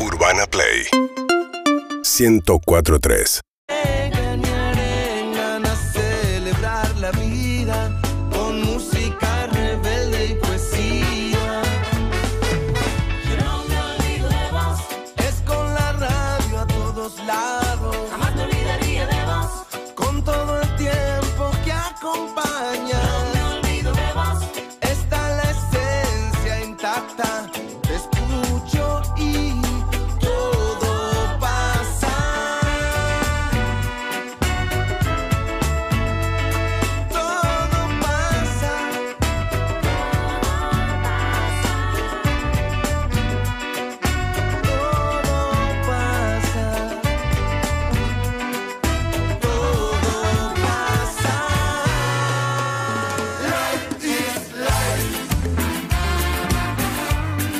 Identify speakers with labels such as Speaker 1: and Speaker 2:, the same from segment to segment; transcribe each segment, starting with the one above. Speaker 1: Urbana Play 1043
Speaker 2: Vengan y arengan a celebrar la vida con música rebelde y poesía. Yo no me olvido de vos. Es con la radio a todos lados. Jamás me olvidaría de vos. Con todo el tiempo que acompaña. No me olvido de vos. Está la esencia intacta. Te escucho y todo pasa. Todo pasa. Todo pasa. Todo pasa. Life is life.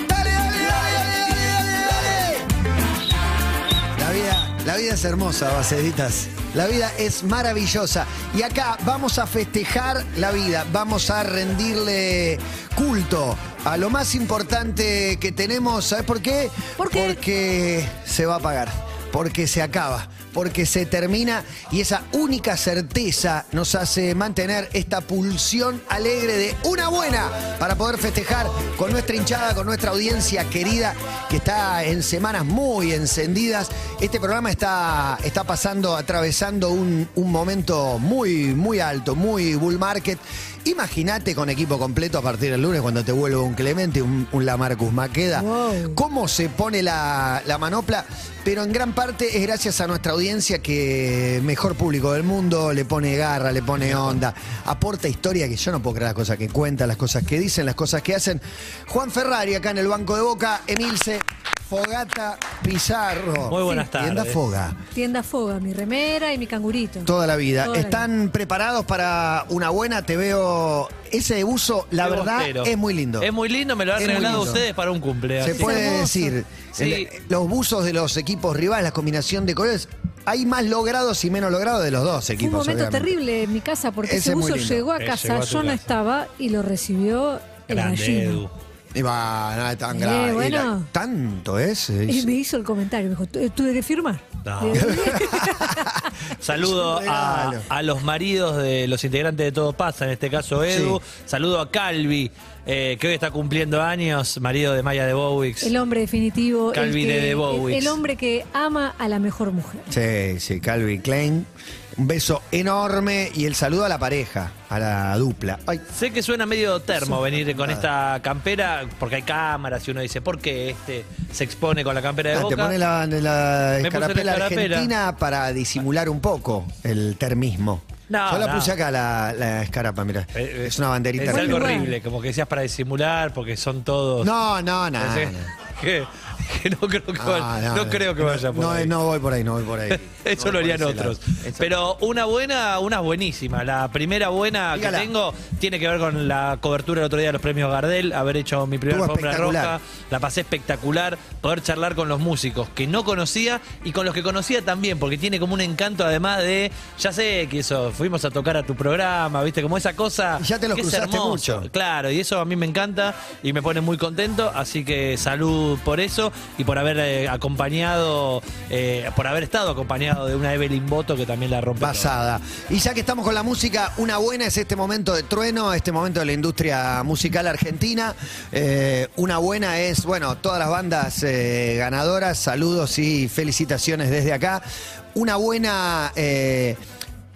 Speaker 2: Dale, dale, dale, dale, dale, dale.
Speaker 3: La vida, la vida es hermosa, Baceditas. La vida es maravillosa. Y acá vamos a festejar la vida, vamos a rendirle culto a lo más importante que tenemos. ¿Sabes por qué?
Speaker 4: ¿Por qué?
Speaker 3: Porque se va a pagar, porque se acaba, porque se termina y esa única certeza nos hace mantener esta pulsión alegre de una buena para poder festejar con nuestra hinchada, con nuestra audiencia querida que está en semanas muy encendidas. Este programa está, está pasando, atravesando un, un momento muy, muy alto, muy bull market. Imagínate con equipo completo a partir del lunes cuando te vuelve un Clemente, un, un Lamarcus Maqueda.
Speaker 4: Wow.
Speaker 3: ¿Cómo se pone la, la manopla? Pero en gran parte es gracias a nuestra audiencia que mejor público del mundo le pone garra, le pone onda, aporta historia que yo no puedo creer las cosas que cuentan, las cosas que dicen, las cosas que hacen. Juan Ferrari acá en el Banco de Boca, Emilce, Fogata Pizarro.
Speaker 5: Muy buenas
Speaker 3: Tienda
Speaker 5: tardes.
Speaker 3: Foga.
Speaker 4: Tienda Foga, mi remera y mi cangurito.
Speaker 3: Toda la vida.
Speaker 4: Toda la
Speaker 3: ¿Están preparados para una buena? Te veo. Ese uso, la
Speaker 5: Qué
Speaker 3: verdad,
Speaker 5: bostero.
Speaker 3: es muy lindo.
Speaker 5: Es muy lindo, me lo han
Speaker 3: Es muy
Speaker 5: regalado
Speaker 3: lindo.
Speaker 5: ustedes para un cumpleaños.
Speaker 3: Se puede
Speaker 4: hermoso.
Speaker 3: decir.
Speaker 5: Sí.
Speaker 3: El- los buzos de los equipos rivales, la combinación de colores. Hay más logrados y menos logrados de los dos
Speaker 4: Fue
Speaker 3: equipos.
Speaker 4: un momento
Speaker 3: obviamente.
Speaker 4: terrible en mi casa porque
Speaker 3: Ese
Speaker 4: ese,
Speaker 3: es muy
Speaker 4: buzo
Speaker 3: lindo.
Speaker 4: llegó a
Speaker 5: Eh,
Speaker 4: casa,
Speaker 5: llegó a tu
Speaker 4: yo no
Speaker 5: casa.
Speaker 4: estaba y lo recibió el
Speaker 5: Grande,
Speaker 4: gallino.
Speaker 5: Edu.
Speaker 3: Y va, nada, tan
Speaker 4: Eh,
Speaker 3: grave.
Speaker 4: bueno.
Speaker 3: Y la- tanto es. es-
Speaker 4: Y me hizo el comentario, me dijo, "Tu- tuve que firmar.
Speaker 5: No.
Speaker 4: Le digo,
Speaker 5: Saludo
Speaker 3: Es un
Speaker 5: a,
Speaker 3: regalo.
Speaker 5: a los maridos de los integrantes de Todo Pasa, en este caso Edu. Saludo a Calvi, eh, que hoy está cumpliendo años, marido de Maya de Bowix.
Speaker 4: El hombre definitivo. el
Speaker 5: Calvi
Speaker 4: que-
Speaker 5: de The Bowies.
Speaker 4: el hombre que ama a la mejor mujer.
Speaker 3: Sí, sí, Calvin Klein. Un beso enorme y el saludo a la pareja, a la dupla. Ay,
Speaker 5: Sé que suena medio termo venir con esta campera, porque hay cámaras y uno dice, ¿por qué este se expone con la campera de
Speaker 3: Ah,
Speaker 5: Boca?
Speaker 3: te pone la, la
Speaker 5: Me puse la
Speaker 3: escarapela
Speaker 5: escarapela.
Speaker 3: argentina para disimular un poco el termismo.
Speaker 5: No,
Speaker 3: Yo la
Speaker 5: no.
Speaker 3: puse acá la, la escarapa, mira.
Speaker 5: Eh, eh,
Speaker 3: es una banderita.
Speaker 5: Es algo
Speaker 3: argentina.
Speaker 4: Bueno.
Speaker 5: horrible, como que decías para disimular, porque son todos...
Speaker 3: No, no, Ah, no. Ah,
Speaker 5: Pensé que, que no creo que,
Speaker 3: No,
Speaker 5: vaya,
Speaker 3: no,
Speaker 5: no
Speaker 3: no.
Speaker 5: creo que vaya por
Speaker 3: no,
Speaker 5: ahí.
Speaker 3: no voy por ahí, no voy por ahí.
Speaker 5: Eso
Speaker 3: No
Speaker 5: lo
Speaker 3: voy por
Speaker 5: harían
Speaker 3: ese lado.
Speaker 5: otros.
Speaker 3: Eso-
Speaker 5: Pero una buena, una buenísima. La primera buena
Speaker 3: Dígala.
Speaker 5: que tengo tiene que ver con la cobertura el otro día de los premios Gardel, haber hecho mi primera
Speaker 3: Estuvo
Speaker 5: alfombra
Speaker 3: espectacular.
Speaker 5: roja, la pasé espectacular, poder charlar con los músicos que no conocía y con los que conocía también, porque tiene como un encanto además de, ya sé que eso, fuimos a tocar a tu programa, viste, como esa cosa.
Speaker 3: Y ya te los
Speaker 5: que es
Speaker 3: cruzaste
Speaker 5: hermoso.
Speaker 3: mucho.
Speaker 5: Claro, y eso a mí me encanta y me pone muy contento, así que salud por eso y por haber eh, acompañado, eh, por haber estado acompañado de una Evelyn Boto que también la rompe.
Speaker 3: Basada. Y ya que estamos con la música, una buena es este momento de trueno, este momento de la industria musical argentina. Eh, una buena es, bueno, todas las bandas eh, ganadoras, saludos y felicitaciones desde acá. Una buena... eh,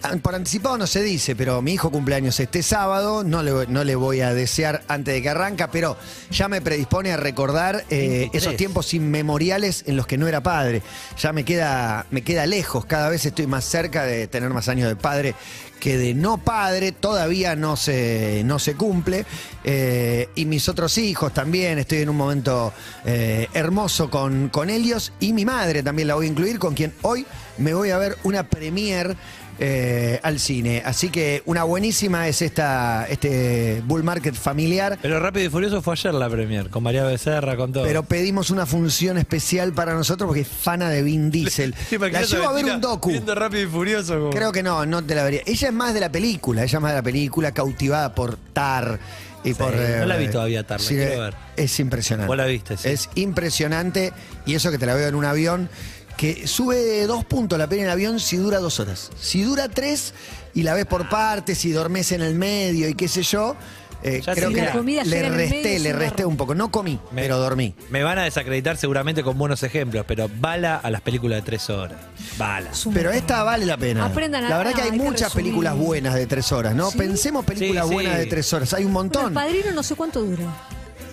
Speaker 3: an- por anticipado no se dice, pero mi hijo cumpleaños este sábado, no le, no le voy a desear antes de que arranca, pero ya me predispone a recordar eh,
Speaker 5: 23.
Speaker 3: esos tiempos tiempos inmemoriales en los que no era padre. Ya me queda, me queda lejos, cada vez estoy más cerca de tener más años de padre que de no padre, todavía no se, no se cumple. Eh, y mis otros hijos también, estoy en un momento eh, hermoso con, con ellos y mi madre también la voy a incluir, con quien hoy me voy a ver una premier. eh, al cine. Así que una buenísima es esta, este bull market familiar.
Speaker 5: Pero Rápido y Furioso fue ayer la premier, con María Becerra, con todo.
Speaker 3: Pero pedimos una función especial para nosotros porque es fana de Vin Diesel.
Speaker 5: Sí, porque
Speaker 3: la
Speaker 5: ya
Speaker 3: llevo a ver
Speaker 5: mira,
Speaker 3: un docu.
Speaker 5: Viendo Rápido y Furioso. como-
Speaker 3: Creo que no, no te la vería. Ella es más de la película, ella es más de la película, cautivada por Tar, Y por, eh,
Speaker 5: no la vi todavía, Tarla,
Speaker 3: sí,
Speaker 5: quiero ver.
Speaker 3: Es impresionante.
Speaker 5: Vos la viste, sí.
Speaker 3: Es impresionante, y eso que te la veo en un avión, que sube dos puntos la pena en el avión si dura dos horas. Si dura tres y la ves por partes, si dormés en el medio y qué sé yo, eh,
Speaker 5: Ya
Speaker 3: creo
Speaker 5: si
Speaker 3: que
Speaker 5: la
Speaker 3: la-
Speaker 4: comida llega
Speaker 3: le
Speaker 4: en el medio,
Speaker 3: resté,
Speaker 4: es
Speaker 3: le
Speaker 4: un
Speaker 3: resté
Speaker 4: garrón.
Speaker 3: un poco. No comí,
Speaker 5: Me-
Speaker 3: pero dormí.
Speaker 5: Me van a desacreditar seguramente con buenos ejemplos, pero bala a las películas de tres horas. Bala.
Speaker 4: Es un
Speaker 3: Pero
Speaker 4: montón.
Speaker 3: esta vale la pena.
Speaker 4: Aprendan a-
Speaker 3: la verdad que hay,
Speaker 4: hay que
Speaker 3: muchas
Speaker 4: resumir.
Speaker 3: películas buenas de tres horas, ¿no?
Speaker 4: Sí.
Speaker 3: Pensemos películas
Speaker 5: Sí, sí.
Speaker 3: buenas de tres horas. Hay un
Speaker 4: Bueno,
Speaker 3: montón.
Speaker 4: el padrino no sé cuánto dura.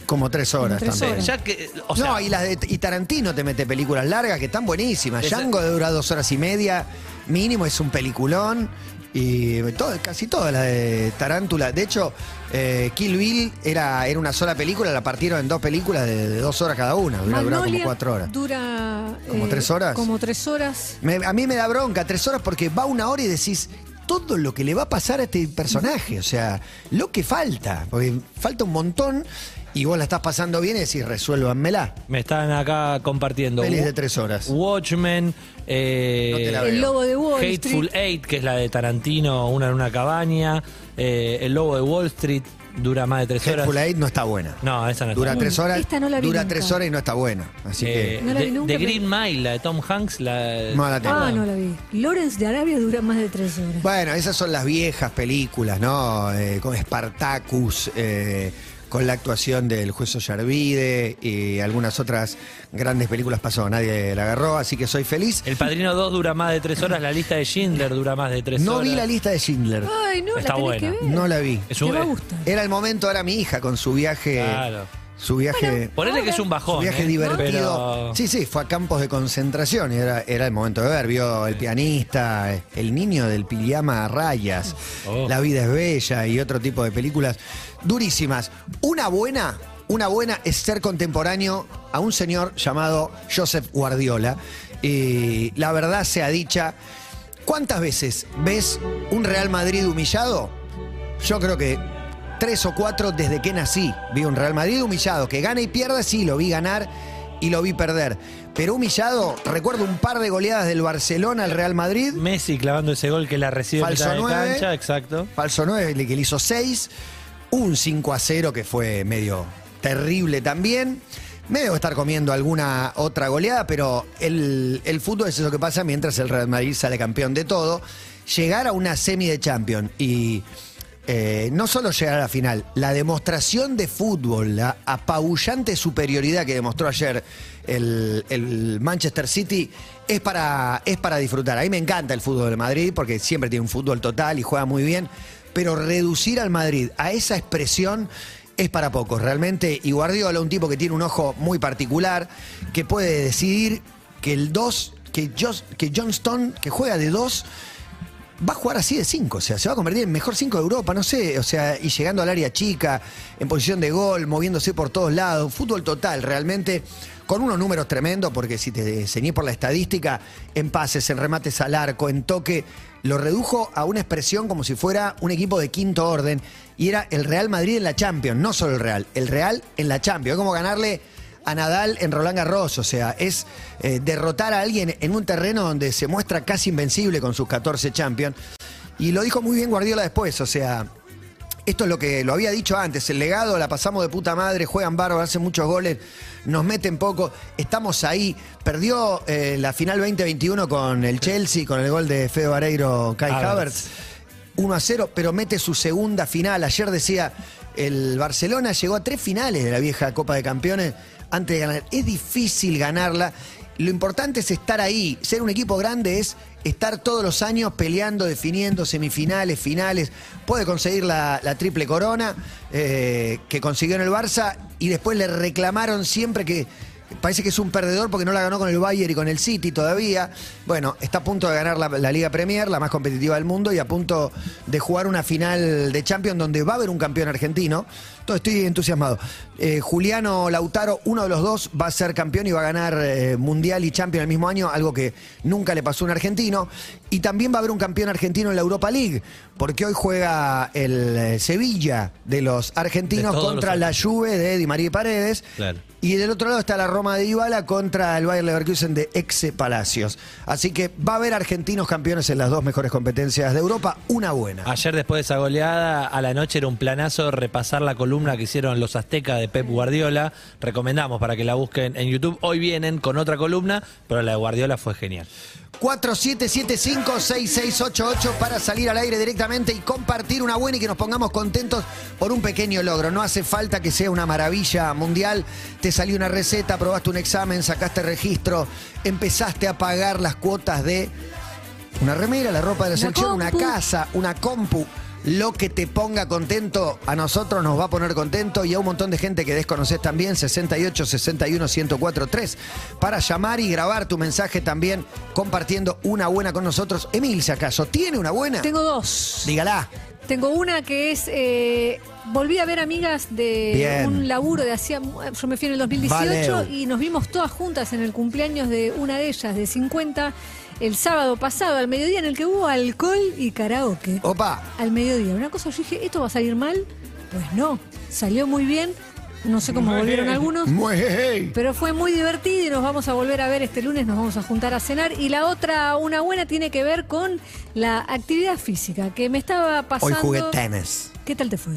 Speaker 3: Como tres horas
Speaker 4: tres
Speaker 3: también.
Speaker 4: horas.
Speaker 5: Ya que, eh, o sea,
Speaker 3: no, y, las de, y Tarantino te mete películas largas que están buenísimas.
Speaker 5: Esa-
Speaker 3: Django dura dos horas y media, mínimo es un peliculón. Y todo, casi todas las de Tarántula. De hecho, eh, Kill Bill era, era una sola película, la partieron en dos películas de, de dos horas cada una. Una duraba como
Speaker 4: Magnolia
Speaker 3: cuatro horas.
Speaker 4: Dura. eh,
Speaker 3: ¿Como tres horas?
Speaker 4: Como tres horas.
Speaker 3: Me- a mí me da bronca tres horas porque va una hora y decís todo lo que le va a pasar a este personaje, o sea, lo que falta, porque falta un montón y vos la estás pasando bien y decís, resuélvanmela.
Speaker 5: me están acá compartiendo.
Speaker 3: Pelis
Speaker 5: Wa-
Speaker 3: de tres horas.
Speaker 5: Watchmen. eh,
Speaker 3: No te la veo.
Speaker 4: El lobo de Wall
Speaker 5: Hateful
Speaker 4: Street.
Speaker 5: Eight, que es la de Tarantino, una en una cabaña. eh, el lobo de Wall Street dura más de tres
Speaker 3: Hateful
Speaker 5: horas.
Speaker 3: Eight no está buena.
Speaker 5: No, esa no está
Speaker 3: Dura
Speaker 5: buena.
Speaker 3: tres horas.
Speaker 4: Esta no la vi
Speaker 3: dura
Speaker 4: nunca.
Speaker 3: tres horas y no está buena. Así
Speaker 5: Eh,
Speaker 4: No la vi
Speaker 5: de,
Speaker 4: nunca,
Speaker 5: de
Speaker 4: pero-
Speaker 5: Green Mile, la de Tom Hanks, la,
Speaker 3: que no la tengo.
Speaker 4: Ah, no la vi. Lawrence de Arabia dura más de tres horas.
Speaker 3: Bueno, esas son las viejas películas, ¿no? Eh, con Spartacus, eh, con la actuación del juez Ollarvide y algunas otras grandes películas pasó. Nadie la agarró, así que soy feliz.
Speaker 5: El Padrino 2 dura más de tres horas, la lista de Schindler dura más de tres
Speaker 3: No
Speaker 5: horas.
Speaker 3: vi la lista de Schindler.
Speaker 4: Ay, no,
Speaker 5: Está
Speaker 4: la tenés
Speaker 5: buena.
Speaker 4: que ver.
Speaker 3: No la vi.
Speaker 5: Es
Speaker 4: Te
Speaker 5: un- eh,
Speaker 4: va a gustar.
Speaker 3: Era el momento, ahora mi hija con su viaje.
Speaker 5: Claro.
Speaker 3: Su viaje.
Speaker 5: Ponele que es un bajón.
Speaker 3: Su viaje
Speaker 5: ¿eh?
Speaker 3: divertido.
Speaker 5: Pero-
Speaker 3: Sí, sí, fue a campos de concentración. y Era, era el momento de ver. Vio el pianista, eh, el niño del pijama a rayas,
Speaker 5: Oh.
Speaker 3: La vida es bella y otro tipo de películas durísimas. Una buena, una buena es ser contemporáneo a un señor llamado Joseph Guardiola. Y la verdad sea dicha, ¿cuántas veces ves un Real Madrid humillado? Yo creo que tres o cuatro desde que nací. Vi un Real Madrid humillado, que gana y pierde, sí, lo vi ganar y lo vi perder. Pero humillado, recuerdo un par de goleadas del Barcelona al Real Madrid.
Speaker 5: Messi clavando ese gol que la recibe en
Speaker 3: Falso
Speaker 5: mitad de
Speaker 3: nueve.
Speaker 5: cancha, exacto.
Speaker 3: Falso 9, que le hizo 6. Un 5 a 0 que fue medio terrible también. Me debo estar comiendo alguna otra goleada, pero el, el fútbol es eso que pasa mientras el Real Madrid sale campeón de todo. Llegar a una semi de Champions y eh, no solo llegar a la final, la demostración de fútbol, la apabullante superioridad que demostró ayer el, el Manchester City es para, es para disfrutar. A mí me encanta el fútbol del Madrid porque siempre tiene un fútbol total y juega muy bien, pero reducir al Madrid a esa expresión es para pocos realmente. Y Guardiola, un tipo que tiene un ojo muy particular, que puede decidir que el 2, que, Jos- que John Stone, que juega de 2, va a jugar así de 5, o sea, se va a convertir en mejor 5 de Europa, no sé, o sea, y llegando al área chica, en posición de gol, moviéndose por todos lados, fútbol total, realmente, con unos números tremendos, porque si te ceñís por la estadística, en pases, en remates al arco, en toque, lo redujo a una expresión como si fuera un equipo de quinto orden, y era el Real Madrid en la Champions, no solo el Real, el Real en la Champions, es como ganarle a Nadal en Roland Garros, o sea, es eh, derrotar a alguien en un terreno donde se muestra casi invencible con sus 14 champions. Y lo dijo muy bien Guardiola después, o sea, esto es lo que lo había dicho antes, el legado, la pasamos de puta madre, juegan bárbaro, hacen muchos goles, nos meten poco, estamos ahí. Perdió eh, la final 2021 con el Chelsea, con el gol de Feo Vareiro, Kai
Speaker 5: Havertz.
Speaker 3: Havertz. 1 a 0, pero mete su segunda final. Ayer decía, el Barcelona llegó a tres finales de la vieja Copa de Campeones antes de ganar. Es difícil ganarla. Lo importante es estar ahí. Ser un equipo grande es estar todos los años peleando, definiendo semifinales, finales. Puede conseguir la, la triple corona eh, que consiguió en el Barça y después le reclamaron siempre que Parece que es un perdedor porque no la ganó con el Bayern y con el City todavía. Bueno, está a punto de ganar la, la Liga Premier, la más competitiva del mundo, y a punto de jugar una final de Champions donde va a haber un campeón argentino. Entonces estoy entusiasmado. Eh, Juliano Lautaro, uno de los dos, va a ser campeón y va a ganar eh, Mundial y Champions el mismo año, algo que nunca le pasó a un argentino. Y también va a haber un campeón argentino en la Europa League, porque hoy juega el eh, Sevilla de los argentinos
Speaker 5: De todos los
Speaker 3: contra la
Speaker 5: argentinos.
Speaker 3: Juve de Di María y Paredes.
Speaker 5: Claro.
Speaker 3: Y del otro lado está la Roma de Ibala contra el Bayer Leverkusen de Exe Palacios. Así que va a haber argentinos campeones en las dos mejores competencias de Europa, una buena.
Speaker 5: Ah. Ayer después de esa goleada, a la noche era un planazo repasar la columna columna que hicieron los aztecas de Pep Guardiola. Recomendamos para que la busquen en YouTube. Hoy vienen con otra columna, pero la de Guardiola fue genial.
Speaker 3: 47756688 para salir al aire directamente y compartir una buena y que nos pongamos contentos por un pequeño logro. No hace falta que sea una maravilla mundial. Te salió una receta, aprobaste un examen, sacaste registro, empezaste a pagar las cuotas de una remera, la ropa de la
Speaker 4: Una
Speaker 3: selección, una
Speaker 4: compu.
Speaker 3: casa, una compu. Lo que te ponga contento, a nosotros nos va a poner contento y a un montón de gente que desconoces también, 68 61 104 3, para llamar y grabar tu mensaje también, compartiendo una buena con nosotros. Emil, si acaso, ¿tiene una buena?
Speaker 4: Tengo dos.
Speaker 3: Dígala.
Speaker 4: Tengo una que es. eh, volví a ver amigas de
Speaker 3: Bien.
Speaker 4: un laburo de hacía. mu- Yo me fui en el 2018
Speaker 3: Valeu.
Speaker 4: y nos vimos todas juntas en el cumpleaños de una de ellas, de 50, el sábado pasado, al mediodía, en el que hubo alcohol y karaoke.
Speaker 3: Opa,
Speaker 4: Al mediodía. Una cosa, yo dije, ¿esto va a salir mal? Pues no. Salió muy bien. No sé cómo volvieron algunos.
Speaker 3: Muejejey.
Speaker 4: Pero fue muy divertido y nos vamos a volver a ver este lunes, nos vamos a juntar a cenar. Y la otra, una buena, tiene que ver con la actividad física, que me estaba
Speaker 3: hoy
Speaker 4: pasando.
Speaker 3: jugué tenis.
Speaker 4: ¿Qué tal te fue?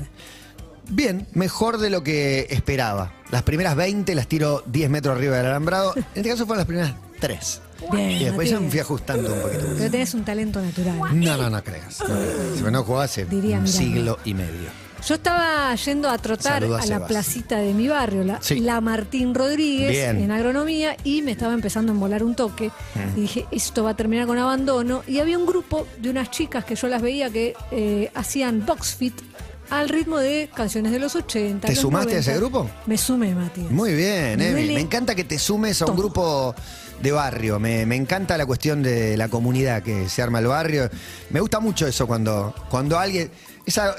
Speaker 3: Bien, mejor de lo que esperaba. Las primeras 20 las tiro 10 metros arriba del alambrado. En este caso fueron las primeras 3.
Speaker 4: Bien,
Speaker 3: Y después ya me fui
Speaker 4: Matías.
Speaker 3: ajustando un poquito.
Speaker 4: Pero tenés un talento natural.
Speaker 3: No, no, no creas. No, creas. Si no jugó hace
Speaker 4: Diría
Speaker 3: un
Speaker 4: Miranda.
Speaker 3: siglo y medio.
Speaker 4: Yo estaba yendo a trotar
Speaker 3: Saluda a
Speaker 4: a la
Speaker 3: Sebas.
Speaker 4: placita de mi barrio, la,
Speaker 3: Sí.
Speaker 4: la Martín Rodríguez,
Speaker 3: Bien. Mm.
Speaker 4: en agronomía, y me estaba empezando a embolar un toque. Y dije, esto va a terminar con abandono. Y había un grupo de unas chicas que yo las veía que eh, hacían box fit al ritmo de canciones de los 80.
Speaker 3: ¿Te
Speaker 4: los
Speaker 3: sumaste a ese
Speaker 4: 90.
Speaker 3: grupo?
Speaker 4: Me sumé, Matías.
Speaker 3: Muy bien,
Speaker 4: Me
Speaker 3: Emi.
Speaker 4: duele
Speaker 3: Me encanta que te sumes a un
Speaker 4: todo.
Speaker 3: grupo de barrio. Me, me encanta la cuestión de la comunidad que se arma el barrio. Me gusta mucho eso cuando, cuando alguien. Esa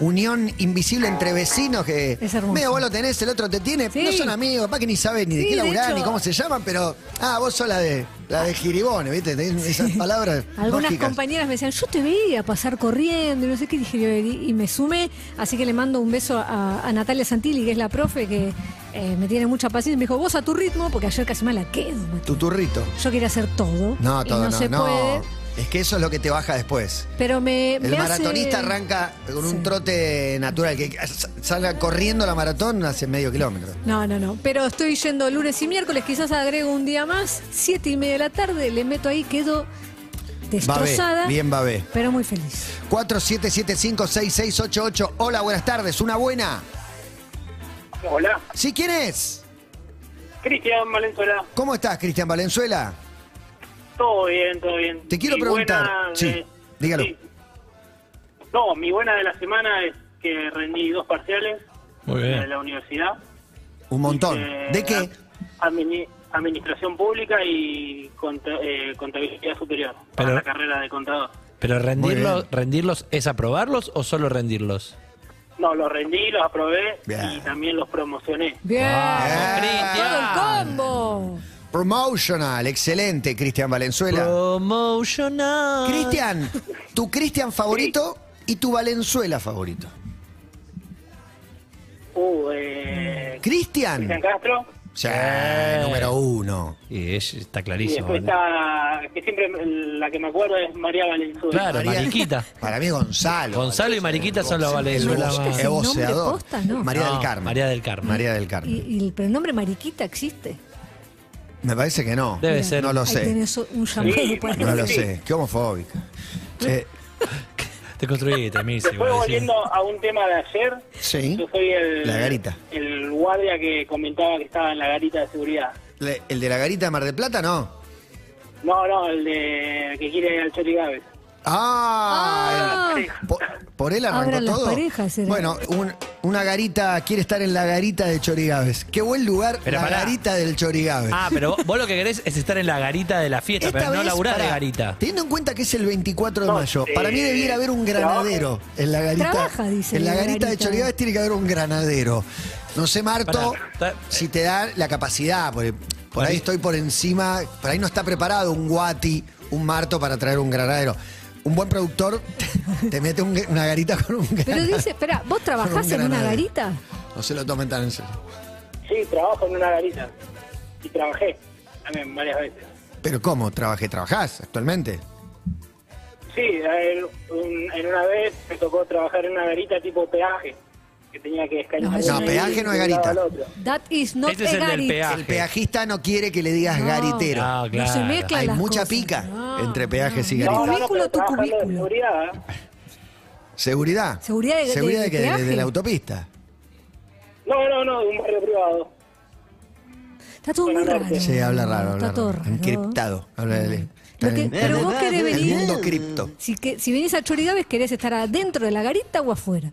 Speaker 3: unión invisible entre vecinos que.
Speaker 4: Es hermoso.
Speaker 3: Mira, vos lo tenés, el otro te tiene.
Speaker 4: Sí.
Speaker 3: No son amigos, papá que ni sabés ni de
Speaker 4: Sí,
Speaker 3: qué
Speaker 4: de
Speaker 3: laburás,
Speaker 4: hecho-
Speaker 3: ni cómo se llaman, pero. Ah, vos sos la de, la de Giribone, ¿viste? Tenés esas palabras.
Speaker 4: Algunas
Speaker 3: mágicas.
Speaker 4: compañeras me decían, yo te veía pasar corriendo y no sé qué dije, yo, y, y me sumé, así que le mando un beso a, a Natalia Santilli, que es la profe que eh, me tiene mucha paciencia. Me dijo, vos a tu ritmo, porque ayer casi me la quedo. Mati.
Speaker 3: Tuturrito.
Speaker 4: Yo quería hacer todo.
Speaker 3: No,
Speaker 4: y
Speaker 3: todo
Speaker 4: no,
Speaker 3: no.
Speaker 4: se
Speaker 3: no.
Speaker 4: puede.
Speaker 3: Es que eso es lo que te baja después.
Speaker 4: Pero me.
Speaker 3: El
Speaker 4: me
Speaker 3: maratonista
Speaker 4: hace-
Speaker 3: arranca con un
Speaker 4: Sí.
Speaker 3: trote natural, que s- salga corriendo la maratón hace medio kilómetro.
Speaker 4: No, no, no. Pero estoy yendo lunes y miércoles, quizás agrego un día más, siete y media de la tarde, le meto ahí, quedo
Speaker 3: Babé,
Speaker 4: destrozada,
Speaker 3: bien babé.
Speaker 4: pero muy feliz.
Speaker 3: 47756688. Hola, buenas tardes. Una buena.
Speaker 1: Hola,
Speaker 3: ¿Sí quién es?
Speaker 1: Cristian Valenzuela.
Speaker 3: ¿Cómo estás, Cristian Valenzuela?
Speaker 1: Todo bien, todo bien.
Speaker 3: Te quiero
Speaker 1: Mi
Speaker 3: preguntar.
Speaker 1: buena de-
Speaker 3: Sí, dígalo.
Speaker 1: sí. No, mi buena de la semana es que rendí dos parciales
Speaker 5: Muy
Speaker 1: de la universidad.
Speaker 3: Un montón.
Speaker 1: Eh,
Speaker 3: ¿De qué?
Speaker 1: admini- administración pública y conta- eh, contabilidad superior para
Speaker 5: Pero-
Speaker 1: la carrera de contador.
Speaker 5: Pero
Speaker 3: Muy
Speaker 5: rendirlo,
Speaker 3: bien.
Speaker 5: rendirlos es aprobarlos o solo rendirlos?
Speaker 1: No, los rendí, los aprobé
Speaker 3: Bien.
Speaker 1: y también los promocioné.
Speaker 4: Bien.
Speaker 5: Ah,
Speaker 4: Todo el
Speaker 5: Cristian.
Speaker 4: combo.
Speaker 3: Promotional. Excelente, Cristian Valenzuela.
Speaker 5: Promotional.
Speaker 3: Cristian, tu Cristian favorito y tu Valenzuela favorito.
Speaker 1: Uh,
Speaker 3: Mm,
Speaker 1: eh, Cristian
Speaker 3: Cristian.
Speaker 1: Castro.
Speaker 3: Sí, número uno.
Speaker 5: Y es- está
Speaker 1: Y
Speaker 5: clarísimo.
Speaker 1: después está, que siempre la que me acuerdo es María Valenzuela.
Speaker 5: Claro, Mariquita.
Speaker 3: Para mí Gonzalo.
Speaker 5: Gonzalo y Mariquita son los
Speaker 3: Valenzuela.
Speaker 5: Valenzuela
Speaker 3: Es
Speaker 5: más.
Speaker 3: voce- es voceador.
Speaker 4: Mariquita es el nombre posta, ¿no?
Speaker 3: María
Speaker 5: No,
Speaker 3: del Carmen.
Speaker 5: María del Carmen.
Speaker 3: María del Carmen.
Speaker 4: Y, y el pronombre mariquita existe.
Speaker 3: Me parece que no.
Speaker 5: Debe ser.
Speaker 3: No lo
Speaker 4: Ahí
Speaker 3: sé.
Speaker 4: tenés un llamado
Speaker 1: Sí,
Speaker 4: para-
Speaker 3: No lo
Speaker 1: Sí.
Speaker 3: sé. Qué homofóbica. Eh,
Speaker 5: Te construiste, Missy.
Speaker 1: Después
Speaker 5: igual, sí.
Speaker 1: volviendo a un tema de ayer,
Speaker 3: Sí.
Speaker 1: yo soy el,
Speaker 3: La garita.
Speaker 1: el guardia que comentaba que estaba en la garita de seguridad.
Speaker 3: le- el de la garita de Mar del Plata, no.
Speaker 1: No, no, el de que quiere al Chori Gávez.
Speaker 3: Ah,
Speaker 4: Ah,
Speaker 3: el- por, por él arrancó
Speaker 4: Abran las
Speaker 3: todo.
Speaker 4: parejas, era.
Speaker 3: bueno, un- una garita quiere estar en la garita de Chorigaves. Qué buen lugar
Speaker 5: Pero
Speaker 3: la
Speaker 5: pará.
Speaker 3: garita del Chorigaves.
Speaker 5: Ah, pero vos- vos lo que querés es estar en la garita de la fiesta,
Speaker 3: Esta
Speaker 5: pero no
Speaker 3: vez,
Speaker 5: laburás de
Speaker 3: pará,
Speaker 5: garita.
Speaker 3: Teniendo en cuenta que es el 24 de
Speaker 1: No,
Speaker 3: mayo,
Speaker 1: eh,
Speaker 3: para mí debiera haber un granadero en la garita.
Speaker 4: Trabaja, dice
Speaker 3: en la
Speaker 4: la
Speaker 3: garita, de
Speaker 4: garita.
Speaker 3: Chorigades tiene que haber un granadero. No sé, Marto,
Speaker 5: Pará, ta-
Speaker 3: si te da la capacidad, porque por ahí
Speaker 5: Pará.
Speaker 3: estoy por encima, por ahí no está preparado un guati, un marto para traer un granadero. Un buen productor te mete un- una garita con un granadero.
Speaker 4: Pero dice, espera, ¿vos trabajás en una
Speaker 3: granadero.
Speaker 4: garita?
Speaker 3: No se lo tomen tan en serio.
Speaker 1: Sí, trabajo en una garita. Y trabajé también varias veces.
Speaker 3: Pero ¿cómo? ¿Trabajé? ¿Trabajás actualmente?
Speaker 1: Sí, a él, un- en una vez me tocó trabajar en una garita tipo peaje. que tenía que
Speaker 4: No,
Speaker 1: escanear.
Speaker 4: eso
Speaker 1: uno
Speaker 4: no.
Speaker 1: y
Speaker 3: Peaje no es
Speaker 1: le daba
Speaker 3: garita.
Speaker 1: al otro.
Speaker 4: That is not
Speaker 5: Ese es
Speaker 4: a
Speaker 5: el del
Speaker 4: garit.
Speaker 5: peaje.
Speaker 3: El peajista no quiere que le digas
Speaker 4: No.
Speaker 3: garitero.
Speaker 5: No,
Speaker 4: No
Speaker 5: claro.
Speaker 4: se mezclan
Speaker 3: Hay
Speaker 4: las
Speaker 3: mucha
Speaker 4: cosas.
Speaker 3: pica
Speaker 4: No,
Speaker 3: entre peajes y
Speaker 4: no.
Speaker 3: garitas.
Speaker 4: Tu cubículo, tu
Speaker 1: trabaja lo de
Speaker 4: cubículo.
Speaker 1: seguridad.
Speaker 3: Seguridad.
Speaker 4: Seguridad de- de-
Speaker 3: Seguridad
Speaker 4: de
Speaker 3: que de,
Speaker 4: peaje.
Speaker 3: de la autopista.
Speaker 1: No, no, no, de un barrio privado.
Speaker 4: Está todo muy raro.
Speaker 3: Sí, habla raro.
Speaker 4: Está
Speaker 3: habla
Speaker 4: todo
Speaker 3: raro.
Speaker 4: raro.
Speaker 3: Encriptado. Habla de-
Speaker 4: Lo
Speaker 3: está
Speaker 4: que-
Speaker 3: en-
Speaker 4: pero vos querés
Speaker 3: en El
Speaker 4: venir-
Speaker 3: mundo cripto.
Speaker 4: Si, que, si venís a Chorigaves, ¿querés estar adentro de la garita o afuera?